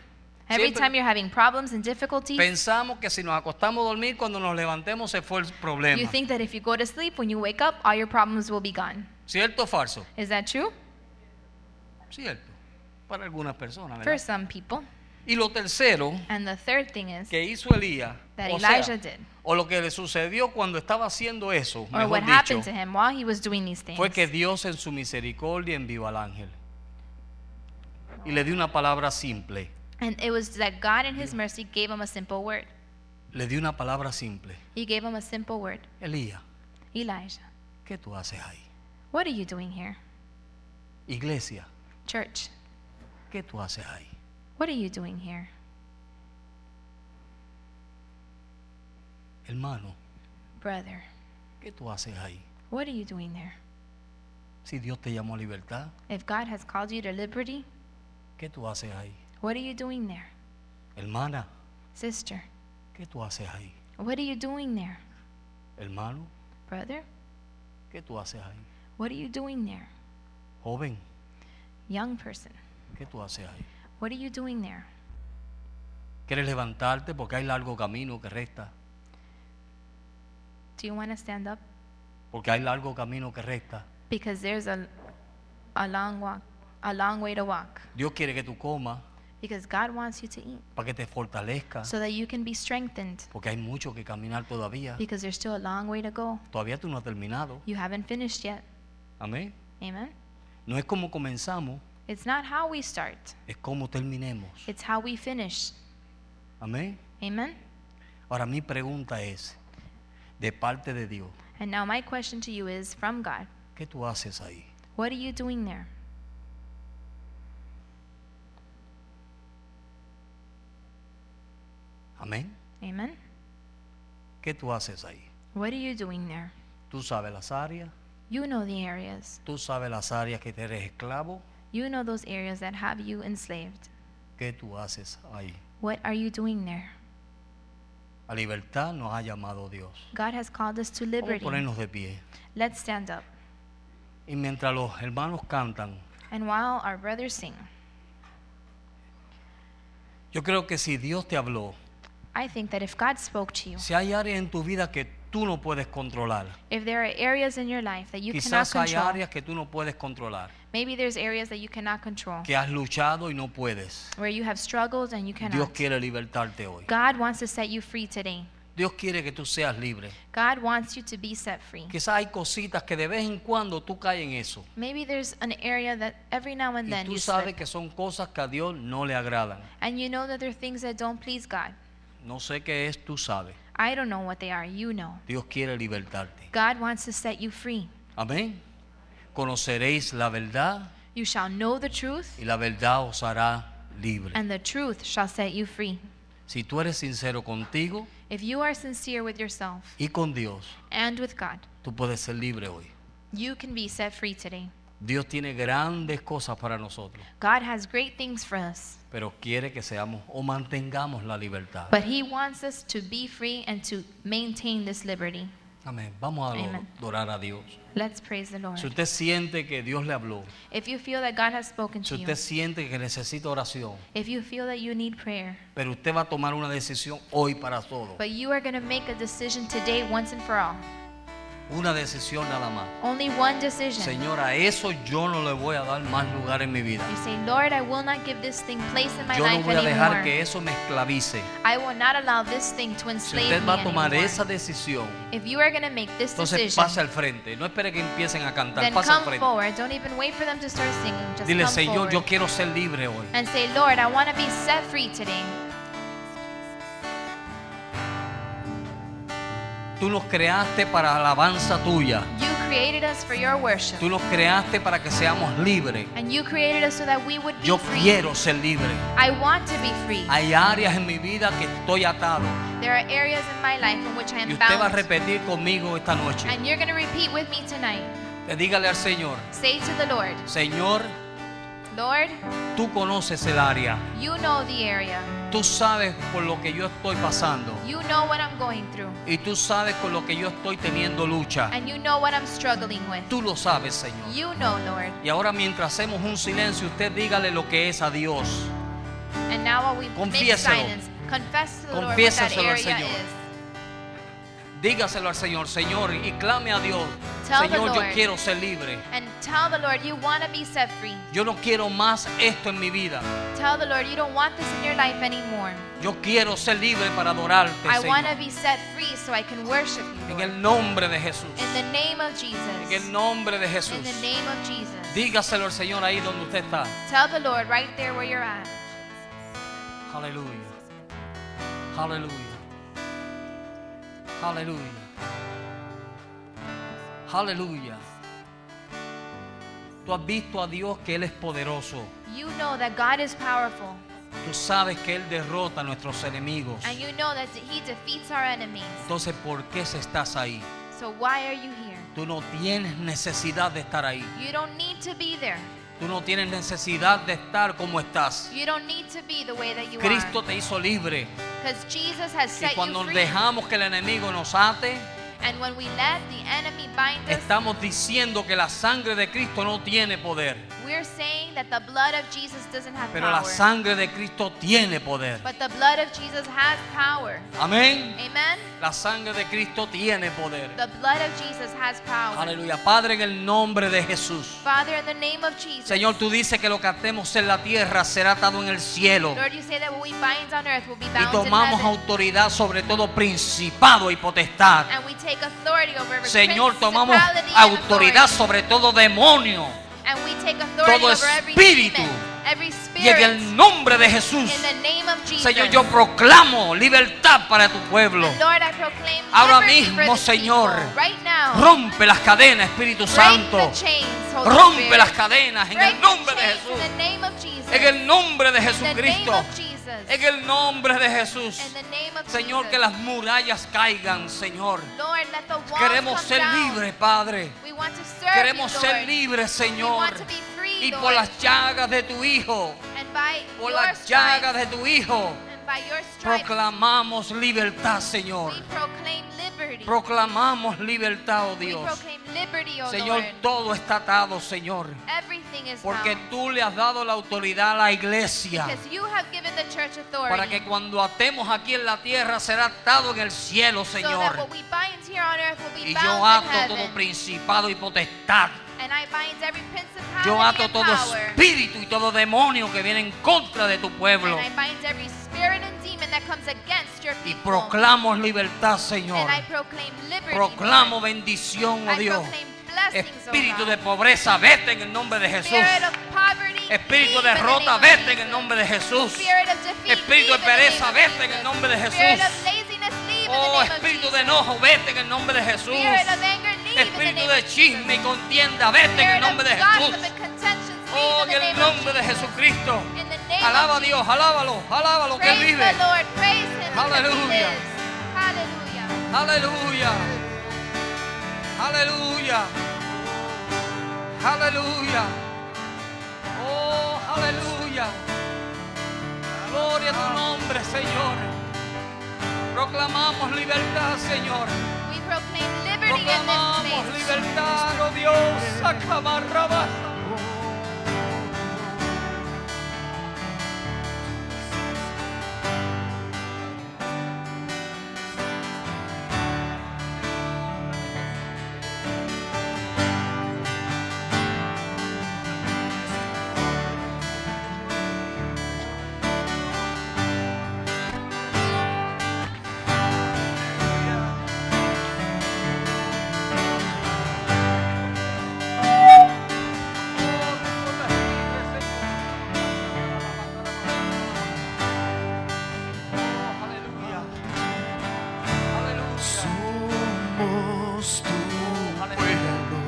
B: Every
A: siempre-
B: time you're having problems and difficulties,
A: pensamos que si nos acostamos a dormir, cuando nos levantemos se fue el
B: you
A: problema.
B: think that if you go to sleep, when you wake up, all your problems will be gone.
A: ¿Cierto o falso?
B: Is that true?
A: Cierto. Para algunas personas, ¿verdad?
B: For some people.
A: Y lo tercero
B: And the third thing is
A: que hizo Elías,
B: that
A: o, sea,
B: Elijah did,
A: o lo que le sucedió cuando estaba haciendo eso,
B: or
A: mejor
B: what
A: dicho,
B: happened to him while he was doing these things,
A: fue que Dios en su misericordia envió al ángel. Y le dio una palabra simple.
B: and it was that God in His mercy gave him a simple word.
A: le di una palabra simple.
B: He gave him a simple word,
A: Elías,
B: Elijah.
A: ¿qué tú haces ahí?
B: What are you doing here,
A: Iglesia,
B: church?
A: ¿qué tú haces ahí?
B: What are you doing here,
A: Hermano,
B: brother?
A: ¿qué tú haces ahí?
B: What are you doing there?
A: Si Dios te llamó a libertad,
B: If God has called you to liberty,
A: ¿qué tú haces ahí?
B: what are you doing there,
A: Hermana,
B: sister?
A: ¿qué tú haces ahí?
B: What are you doing there,
A: Hermano,
B: brother?
A: ¿qué tú haces ahí?
B: What are you doing there,
A: Joven,
B: young person?
A: ¿qué tú haces ahí?
B: What are you doing there?
A: ¿Quieres levantarte porque hay largo camino que resta?
B: Do you want to stand up?
A: Porque hay largo camino que resta.
B: Because there's a, a long walk, a long way to walk.
A: Dios quiere que tú comas
B: Because God wants you to eat
A: para que te fortalezca.
B: so that you can be strengthened.
A: Porque hay mucho que caminar todavía.
B: Because there's still a long way to go.
A: Todavía tú no has terminado.
B: You haven't finished yet.
A: Amén.
B: Amen.
A: No es como comenzamos,
B: It's not how we start,
A: es como terminemos.
B: it's how we finish.
A: Amén.
B: Amen?
A: Ahora mi pregunta es, de parte de Dios,
B: And now my question to you is from God.
A: ¿qué tú haces ahí?
B: What are you doing there?
A: Amén.
B: Amen?
A: ¿Qué tú haces ahí?
B: What are you doing there?
A: Tú sabes las áreas,
B: You know the areas.
A: tú sabes las áreas que te eres esclavo,
B: You know those areas that have you enslaved.
A: ¿qué tú haces ahí?
B: What are you doing there?
A: A libertad nos ha llamado Dios.
B: God has called us to
A: Vamos a
B: liberty.
A: ponernos de pie.
B: Let's stand up.
A: Y mientras los hermanos cantan,
B: And while our brothers sing,
A: yo creo que si Dios te habló,
B: I think that if God spoke to you,
A: si hay áreas en tu vida que tú no puedes controlar,
B: if there are areas in your life that you cannot
A: quizás hay
B: control,
A: áreas que tú no puedes controlar,
B: maybe there's areas that you cannot control,
A: que has luchado y no puedes.
B: where you have struggled and you
A: Dios
B: cannot.
A: quiere libertarte hoy.
B: God wants to set you free today.
A: Dios quiere que tú seas libre.
B: God wants you to be set free.
A: Quizás hay cositas que de vez en cuando tú caes en eso.
B: Maybe there's an area that every now and
A: Y
B: then
A: tú
B: you
A: sabes
B: slip,
A: que son cosas que a Dios no le agradan.
B: and you know that there are things that don't please God.
A: No sé qué es, tú sabes.
B: I don't know what they are, you know.
A: Dios quiere libertarte.
B: God wants to set you free.
A: Amén. Conoceréis la verdad
B: You shall know the truth,
A: y la verdad os hará libre.
B: and the truth shall set you free.
A: Si tú eres sincero contigo
B: If you are sincere with yourself
A: y con Dios,
B: and with God,
A: tú puedes ser libre hoy.
B: you can be set free today.
A: Dios tiene grandes cosas para nosotros,
B: God has great things for us,
A: pero quiere que seamos o mantengamos la libertad.
B: but He wants us to be free and to maintain this liberty.
A: Amén. Vamos a
B: Amen.
A: adorar a Dios.
B: Let's praise the
A: Si
B: Lord.
A: usted siente que Dios le habló,
B: If you feel that God has spoken
A: si
B: to you,
A: usted siente que necesita oración,
B: if you feel that you need prayer,
A: pero usted va a tomar una decisión hoy para todo.
B: but you are going to make a decision today once and for all.
A: Una decisión nada más.
B: Only one decision.
A: Señora, a eso yo no le voy a dar más lugar en mi vida.
B: You say, Lord, I will not give this thing place in my
A: Yo no
B: life
A: voy a dejar
B: anymore.
A: que eso me esclavice.
B: I will not allow this thing to
A: Si
B: enslave
A: usted
B: me
A: va a tomar
B: anymore.
A: esa decisión,
B: If you are going to make this
A: entonces
B: decision,
A: pase al frente. No espere que empiecen a cantar.
B: then
A: Pase al
B: come
A: frente.
B: forward. Don't even wait for them to start singing. Just
A: Dile,
B: come
A: Señor,
B: forward
A: yo quiero ser libre hoy.
B: and say, Lord, I want to be set free today.
A: Tú nos creaste para alabanza tuya.
B: You created us for your worship,
A: Tú nos creaste para que seamos libres.
B: and you created us so that we would be
A: Yo
B: free.
A: quiero ser libre.
B: I want to be free.
A: Hay áreas en mi vida que estoy atado.
B: There are areas in my life in which I
A: Y
B: am
A: usted va a
B: bound,
A: repetir conmigo esta noche.
B: and you're going to repeat with me tonight.
A: Te dígale al Señor,
B: Say to the Lord,
A: Señor,
B: Lord,
A: tú conoces el área.
B: you know the area.
A: Tú sabes por lo que yo estoy pasando.
B: You know what I'm going through,
A: Y tú sabes con lo que yo estoy teniendo lucha.
B: and you know what I'm struggling with.
A: Tú lo sabes, Señor.
B: You know, Lord.
A: Y ahora mientras hacemos un silencio, usted dígale lo que es a Dios.
B: And now while we make
A: Confiéselo.
B: silence, confess to the Lord what that
A: Confiésaselo al
B: area
A: Señor.
B: is.
A: Dígaselo al Señor, Señor, y clame a Dios.
B: Tell the
A: Señor, yo
B: Lord.
A: quiero ser libre.
B: And tell the Lord you want to be set free.
A: Yo no quiero más esto en mi vida.
B: Tell the Lord you don't want this in your life anymore.
A: Yo quiero ser libre para adorarte,
B: I want to
A: Señor.
B: be set free so I can worship you.
A: En
B: Lord.
A: el nombre de Jesús.
B: In the name of Jesus.
A: En el nombre de Jesús.
B: In the name of Jesus.
A: Dígaselo al Señor ahí donde usted está.
B: Tell the Lord right there where you're at.
A: Aleluya. Aleluya. Aleluya. Aleluya. Tú has visto a Dios que Él es poderoso.
B: You know that God is powerful,
A: Tú sabes que Él derrota a nuestros enemigos.
B: and you know that He defeats our enemies.
A: Entonces, ¿por qué se estás ahí?
B: So why are you here?
A: Tú no tienes necesidad de estar ahí.
B: You don't need to be there.
A: Tú no tienes necesidad de estar como estás.
B: You don't need to be the way that you
A: Cristo
B: are.
A: te hizo libre.
B: Because Jesus has
A: Y
B: set you
A: cuando
B: free.
A: dejamos que el enemigo nos ate,
B: And when we let the enemy bind us,
A: Estamos diciendo que la sangre de Cristo no tiene poder,
B: We're saying that the blood of Jesus doesn't have
A: pero la
B: power.
A: sangre de Cristo tiene poder.
B: but the blood of Jesus has power.
A: Amén.
B: Amen?
A: La sangre de Cristo tiene poder.
B: The blood of Jesus has power.
A: Aleluya. Padre, en el nombre de Jesús.
B: Father, in the name of Jesus.
A: Señor, tú dices que lo que atemos en la tierra será atado en el cielo.
B: Lord, you say that what we bind on earth will be
A: Y
B: bound in
A: tomamos
B: heaven.
A: autoridad sobre todo principado y potestad.
B: And we take authority over every
A: Señor, tomamos
B: principality and
A: autoridad
B: authority.
A: sobre todo demonio,
B: And we take authority
A: todo
B: over every
A: espíritu
B: demon every
A: Y en
B: spirit
A: el nombre de Jesús,
B: in the name of Jesus.
A: Señor, yo proclamo libertad para tu pueblo.
B: And Lord, I proclaim
A: Ahora
B: liberty for
A: mismo,
B: this
A: Señor,
B: people. right now,
A: Rompe las cadenas, Espíritu
B: break
A: Santo.
B: the chains, Holy
A: Rompe
B: Spirit.
A: las cadenas en
B: Break
A: el
B: the
A: nombre de
B: chains
A: Jesús.
B: In the name of Jesus.
A: En el nombre de
B: in the name
A: Jesucristo.
B: of Jesus.
A: En el nombre de Jesús.
B: in the name of
A: Señor,
B: Jesus.
A: que las murallas caigan, Señor.
B: Lord, let the walls
A: Queremos
B: come
A: ser
B: down.
A: libres, Padre.
B: We want to serve
A: Queremos
B: you,
A: ser
B: Lord.
A: libres,
B: We
A: Señor.
B: want to be free,
A: Y por
B: Lord.
A: las llagas de tu Hijo,
B: and by
A: por
B: your
A: las llagas
B: stripes,
A: de tu Hijo,
B: and by your stripes,
A: proclamamos libertad, Señor.
B: we proclaim liberty.
A: Proclamamos libertad, oh
B: we
A: Dios.
B: proclaim liberty, O
A: Señor,
B: Lord.
A: todo está atado, Señor.
B: Everything is
A: Porque
B: bound.
A: tú le has dado la autoridad a la iglesia.
B: Because you have given the church authority.
A: Para que cuando atemos aquí en la tierra será atado en el cielo,
B: so that
A: Señor.
B: what we bind here on earth will be
A: Y
B: bound
A: yo ato
B: in heaven.
A: todo principado y potestad.
B: And I bind every principality
A: Yo ato
B: and
A: todo
B: power.
A: espíritu y todo demonio que viene en contra de tu pueblo.
B: And I bind every spirit and demon that comes against your
A: Y
B: people.
A: proclamo libertad, Señor.
B: And I proclaim liberty.
A: Proclamo
B: Lord.
A: bendición, oh
B: I
A: Dios.
B: proclaim blessings, oh
A: Espíritu
B: God.
A: de pobreza, vete en el nombre de Jesús.
B: Spirit of poverty,
A: Espíritu
B: leave
A: de
B: in the
A: derrota,
B: name of
A: vete en el
B: Jesus.
A: nombre de Jesús.
B: Spirit of defeat,
A: Espíritu de
B: leave in the name
A: pereza,
B: of
A: vete en
B: Jesus.
A: el nombre de
B: Spirit
A: Jesús.
B: of laziness, leave in the
A: Oh,
B: name of
A: espíritu de
B: Jesus.
A: enojo, vete en el nombre de Jesús.
B: Spirit of anger, leave in the
A: Espíritu
B: name
A: de
B: of
A: chisme y
B: Jesus.
A: contienda, vete en el
B: Spirit of
A: nombre de Jesús.
B: gossip and contentions,
A: Oh, en
B: leave in
A: el
B: the name
A: nombre de
B: of Jesus.
A: Jesucristo.
B: In the name
A: Alaba a
B: of Jesus.
A: Dios, alábalo, alábalo que Él
B: Praise
A: vive.
B: the Lord. Praise Him. because He
A: Hallelujah.
B: lives. Hallelujah.
A: Aleluya. Aleluya. Aleluya. Oh, aleluya. Gloria a tu nombre, Señor. Proclamamos libertad, Señor.
B: We proclaim liberty in
A: Proclamamos
B: this place.
A: libertad, oh Dios. Acabarrabás. Aleluya. Aleluya.
C: Somos tu pueblo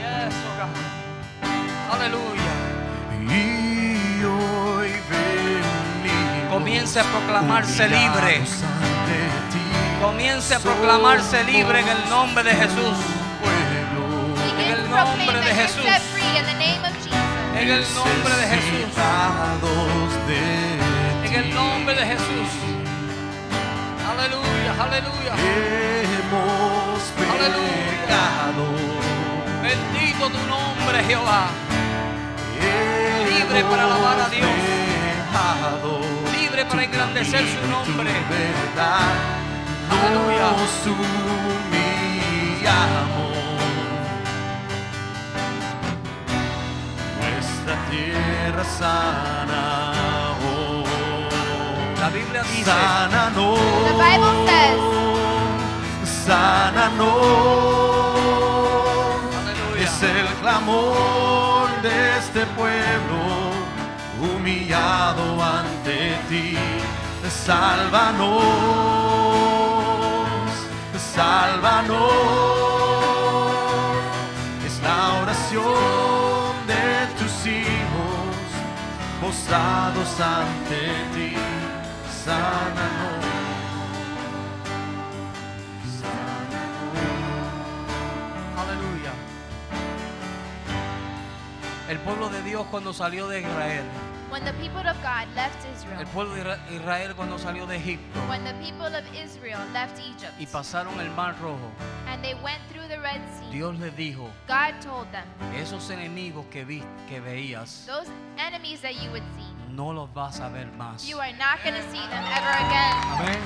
A: Yes, oh God. Aleluya.
C: y hoy venimos.
A: Comience a proclamarse libre.
C: humillados ante ti.
A: Comience a proclamarse libre en el nombre de Jesús.
C: Somos tu pueblo.
A: En el
B: Begin to
A: nombre
B: proclaim
A: de
B: that
A: Jesús.
B: you're set free in the name of Jesus.
A: En el nombre de Jesús.
C: Necesitados de
A: En el
C: ti.
A: nombre de Jesús. Aleluya, aleluya.
C: Hemos pecado.
A: Bendito tu nombre, Jehová. Libre para
C: Hemos
A: alabar a Dios.
C: pecado.
A: Libre para engrandecer su nombre.
C: Tu verdad
A: Aleluya.
C: nos humillamos. Nuestra tierra sana oh. hoy.
A: La Biblia dice,
C: Sánanos.
B: The Bible says.
C: Sánanos.
A: Aleluya.
C: Es el clamor de este pueblo humillado ante ti. Sálvanos. Sálvanos. Es la oración de tus hijos postrados ante ti. Sánanos.
A: aleluya. El pueblo de Dios cuando salió de Israel.
B: When the people of God left
A: El
B: Israel,
A: pueblo de Isra- Israel cuando salió de Egipto.
B: when the people of Israel left Egypt,
A: y pasaron el mar rojo,
B: and they went through the Red Sea,
A: Dios les dijo,
B: God told them,
A: esos enemigos que, vi, que veías,
B: those enemies that you would see,
A: no los vas a ver más.
B: you are not going to see them ever again.
A: Amén.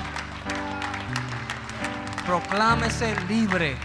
A: Proclámese libre.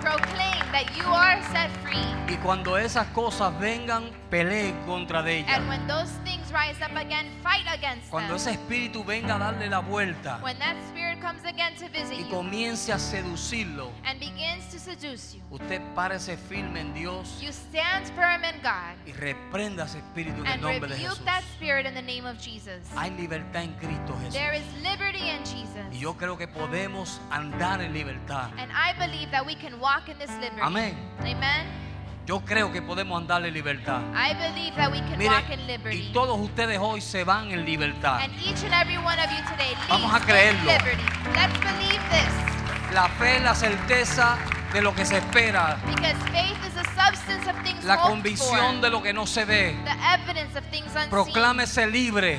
B: Proclaim that you are set free.
A: Y cuando esas cosas vengan, pelee contra de ellas.
B: And when those things rise up again, fight against
A: Cuando
B: them.
A: ese espíritu venga a darle la vuelta,
B: When that spirit comes again to visit
A: y
B: you
A: comience a seducirlo,
B: and begins to seduce you,
A: usted párese firme en Dios
B: you stand firm in God
A: y reprenda ese espíritu en el
B: and
A: nombre de Jesús.
B: rebuke that spirit in the name of Jesus.
A: Hay libertad en Cristo Jesús.
B: There is liberty in
A: Y
B: Jesus.
A: yo creo que podemos andar en libertad.
B: And I believe that we can walk in this liberty.
A: Amén.
B: Amen.
A: Yo creo que podemos andar en libertad.
B: I believe that we can
A: Mire,
B: walk in
A: y
B: liberty.
A: todos ustedes hoy se van en libertad.
B: And each and every one of you today
A: Vamos a
B: leaves
A: creerlo.
B: with liberty. Let's believe this
A: La fe es la certeza de lo que se espera,
B: because faith is the substance of things
A: la
B: hoped
A: convicción
B: for,
A: de lo que no se ve.
B: the evidence of things unseen.
A: Proclámese libre.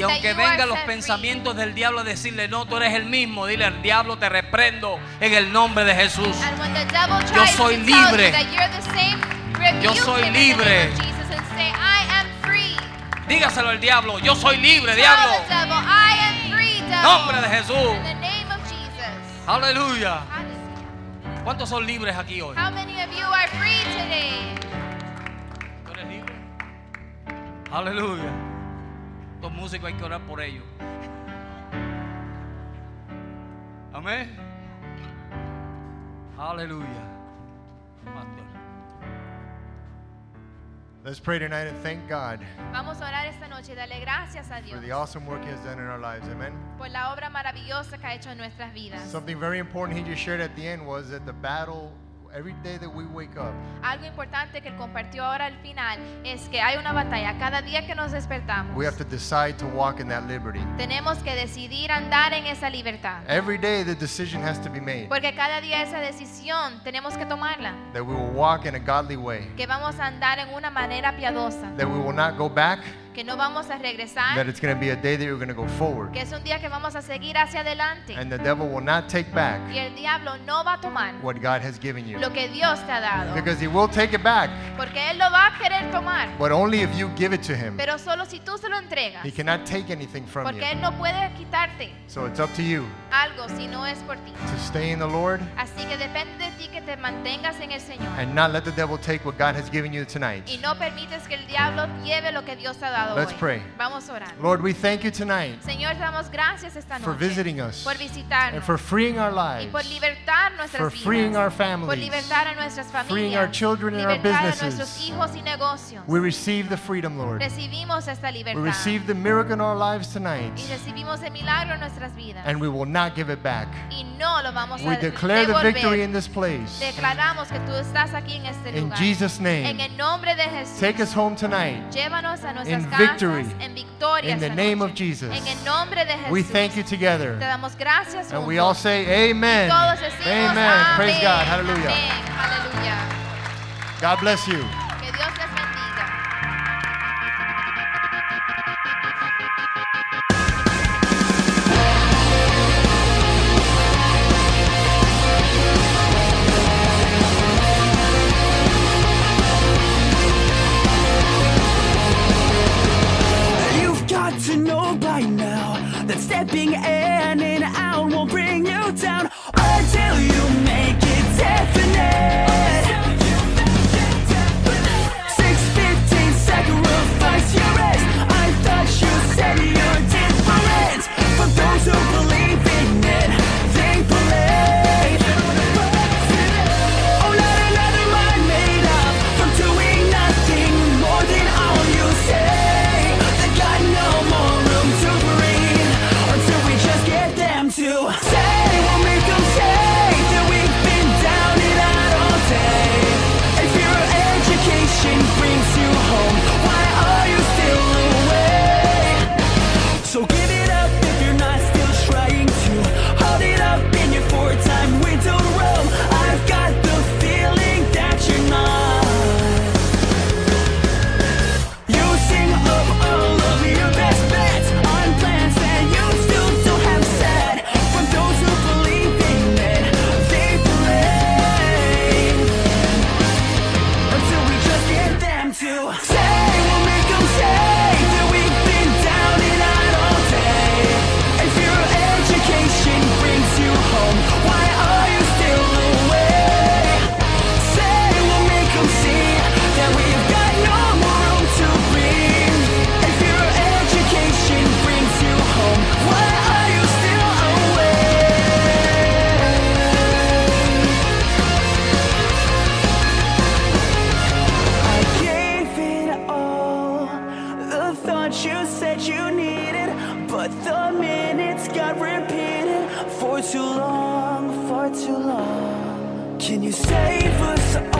A: Y
B: that you
A: aunque
B: are
A: vengan los
B: set free.
A: pensamientos del diablo a decirle, no, tú eres el mismo, dile al diablo, te reprendo en el nombre de Jesús.
B: And when the devil
A: Yo
B: tries
A: soy
B: to tell
A: libre.
B: you that you're the same, rebuke
A: Yo soy
B: him in the name
A: libre.
B: of Jesus and say, I am free.
A: Dígaselo al diablo, yo soy libre,
B: Tell the
A: diablo.
B: devil, I am free, devil.
A: Nombre de
B: In
A: Jesús.
B: the name of Jesus.
A: Aleluya.
B: Hallelujah.
A: ¿Cuántos son libres aquí hoy?
B: How many of you are free today?
A: ¿Tú eres libre? Aleluya. Estos músicos hay que orar por ellos. Amén. Aleluya. Pastor.
D: Let's pray tonight and thank God
B: Vamos a orar esta noche y darle gracias a
D: for
B: Dios
D: the awesome work He has done in our lives. Amen.
B: por la obra maravillosa que ha hecho en nuestras vidas.
D: Something very important He just shared at the end was that the battle, every day that we wake up,
B: Algo importante que él compartió ahora al final es que hay una batalla. Cada día que nos despertamos,
D: we have to decide to walk in that liberty.
B: tenemos que decidir andar en esa libertad.
D: Every day the decision has to be made
B: Porque cada día esa decisión tenemos que tomarla.
D: that we will walk in a godly way,
B: Que vamos a andar en una manera piadosa.
D: that we will not go back,
B: Que no vamos a
D: that
B: regresar.
D: it's going to be a day that you're going to go forward.
B: Que es un día que vamos a seguir hacia adelante.
D: And the devil will not take back
B: Y el diablo no va a tomar
D: what God has given you.
B: lo que Dios te ha dado.
D: Because he will take it back,
B: Porque Él lo va a querer tomar.
D: but only if you give it to him.
B: Pero solo si tú se lo entregas.
D: He cannot take anything from you.
B: Porque Él no puede quitarte
D: So it's up to you
B: algo si no es por ti.
D: to stay in the Lord
B: Así que depende de ti que te mantengas en el Señor.
D: and not let the devil take what God has given you tonight.
B: Y no permites que el diablo lleve lo que Dios te ha dado
D: Let's
B: hoy.
D: pray.
B: Vamos a orar.
D: Lord, we thank you tonight
B: Señor, te damos gracias esta
D: for
B: noche
D: visiting us
B: por
D: and
B: visitarnos
D: for freeing our
B: y
D: lives,
B: por libertar
D: for
B: nuestras
D: freeing our
B: vidas, por
D: families.
B: libertar a nuestras
D: freeing our
B: familias,
D: children and our
B: libertar a
D: businesses.
B: nuestros hijos y negocios.
D: We receive the freedom, Lord.
B: Recibimos esta
D: We
B: libertad
D: receive the miracle in our lives tonight
B: y recibimos el milagro en nuestras vidas
D: and we will not give it back.
B: y no lo vamos
D: We
B: a
D: declare the
B: devolver.
D: victory in this place.
B: Declaramos que tú estás aquí en este
D: In
B: lugar.
D: Jesus'
B: en
D: name,
B: el nombre de Jesús.
D: take us home tonight.
B: Llévanos a nuestras
D: in
B: casas
D: victory.
B: en victoria.
D: In the
B: esta
D: name
B: noche.
D: of Jesus.
B: En el nombre de Jesús.
D: We thank you
B: Te
D: together.
B: damos gracias.
D: And we
B: juntos.
D: all say, Amen.
B: Todos decimos
D: Amen. Praise
B: amén,
D: God. Hallelujah.
B: amén, aleluya.
D: God bless you.
B: Que Dios les bendiga.
E: You've got to know by now that stepping in and out will bring you down until you make it definite. you said you needed, but the minutes got repeated for too long, for too long. Can you save us